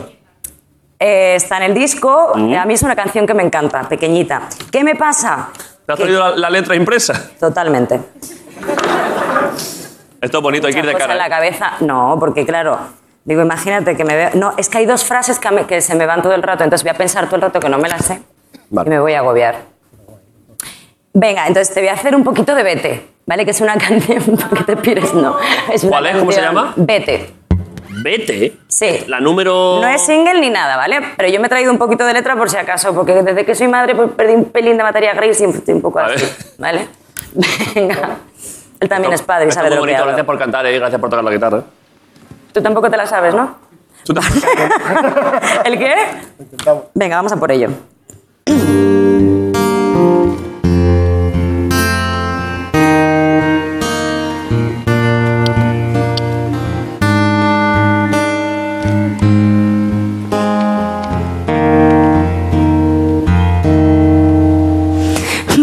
S10: Eh, está en el disco, a mí es una canción que me encanta, pequeñita. ¿Qué me pasa?
S1: ¿Te has traído la, la letra impresa?
S10: Totalmente.
S1: Esto es bonito, hay que ir de
S10: Cosa en
S1: cara.
S10: la
S1: ¿eh?
S10: cabeza, no, porque claro, digo, imagínate que me veo... No, es que hay dos frases que, a mí- que se me van todo el rato, entonces voy a pensar todo el rato que no me las sé y me voy a agobiar. Venga, entonces te voy a hacer un poquito de Vete, ¿vale? Que es una canción, para que te pires, no. Es una
S1: ¿Cuál es? ¿Cómo se
S10: canción-
S1: llama?
S10: Vete.
S1: Vete.
S10: Sí.
S1: La número.
S10: No es single ni nada, ¿vale? Pero yo me he traído un poquito de letra por si acaso, porque desde que soy madre pues, perdí un pelín de materia gris y estoy un poco así, ¿vale? Venga. Él también es padre y
S1: Está
S10: sabe de
S1: muy
S10: lo que
S1: bonito,
S10: habla.
S1: gracias por cantar, ¿eh? Gracias por tocar la guitarra.
S10: Tú tampoco te la sabes, ¿no?
S1: Tú te-
S10: ¿El qué? Venga, vamos a por ello.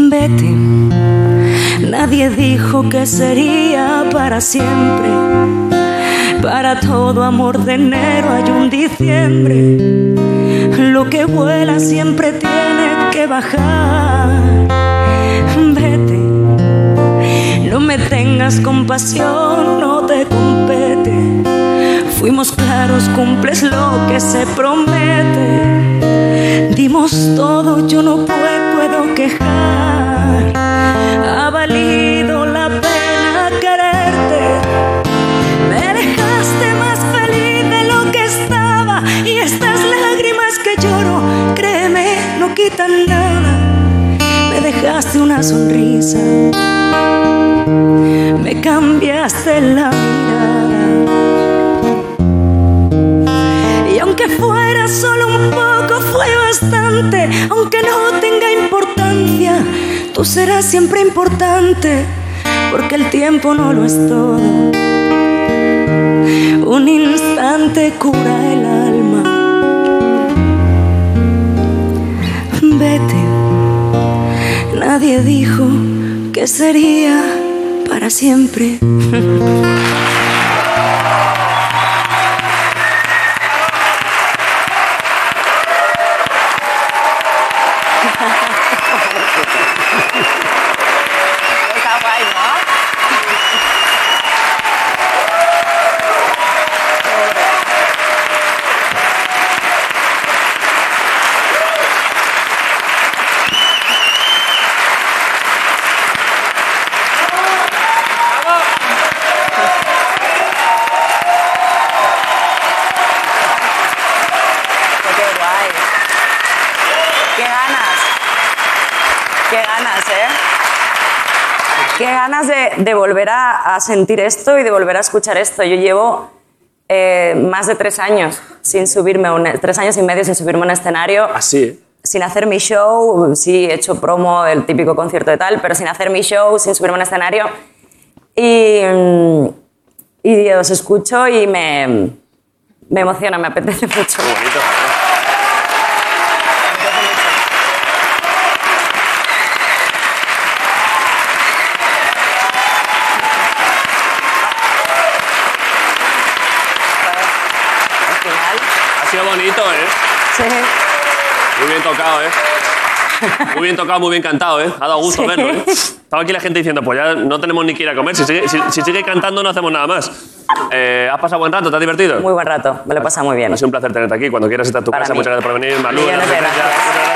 S11: Vete, nadie dijo que sería para siempre. Para todo amor de enero hay un diciembre. Lo que vuela siempre tiene que bajar. Vete, no me tengas compasión, no te compete. Fuimos claros, cumples lo que se promete. Dimos todo, yo no pue- puedo quejar. Ha valido la pena quererte. Me dejaste más feliz de lo que estaba. Y estas lágrimas que lloro, créeme, no quitan nada. Me dejaste una sonrisa. Me cambiaste la mirada. Y aunque fuera solo un poco, fue bastante. Aunque no tenga importancia, tú serás siempre importante. Porque el tiempo no lo es todo. Un instante cura el alma. Vete. Nadie dijo que sería para siempre.
S10: ¡Qué guay! ¡Qué ganas! ¡Qué ganas, eh! ¡Qué ganas de, de volver a, a sentir esto y de volver a escuchar esto! Yo llevo eh, más de tres años sin subirme, a un, tres años y medio sin subirme a un escenario.
S1: Así, ¿eh?
S10: Sin hacer mi show, sí he hecho promo del típico concierto de tal, pero sin hacer mi show, sin subirme a un escenario. Y, mm, y os escucho y me, me emociona, me apetece mucho.
S1: Ha sido bonito, ¿eh?
S10: Sí.
S1: Muy bien tocado, ¿eh? Muy bien tocado, muy bien cantado, ¿eh? Ha dado gusto
S10: Sí.
S1: verlo, ¿eh? Estaba aquí la gente diciendo, pues ya no tenemos ni que ir a comer. Si sigue, si- si sigue cantando no hacemos nada más. Eh, ¿Has pasado buen rato? ¿Te has divertido?
S10: Muy buen rato, me lo he pasado muy bien.
S1: Ha sido un placer tenerte aquí. Cuando quieras estar en tu
S10: Para
S1: casa,
S10: mí.
S1: muchas gracias por venir. Malú,
S10: Millones de
S1: gracias.
S10: gracias.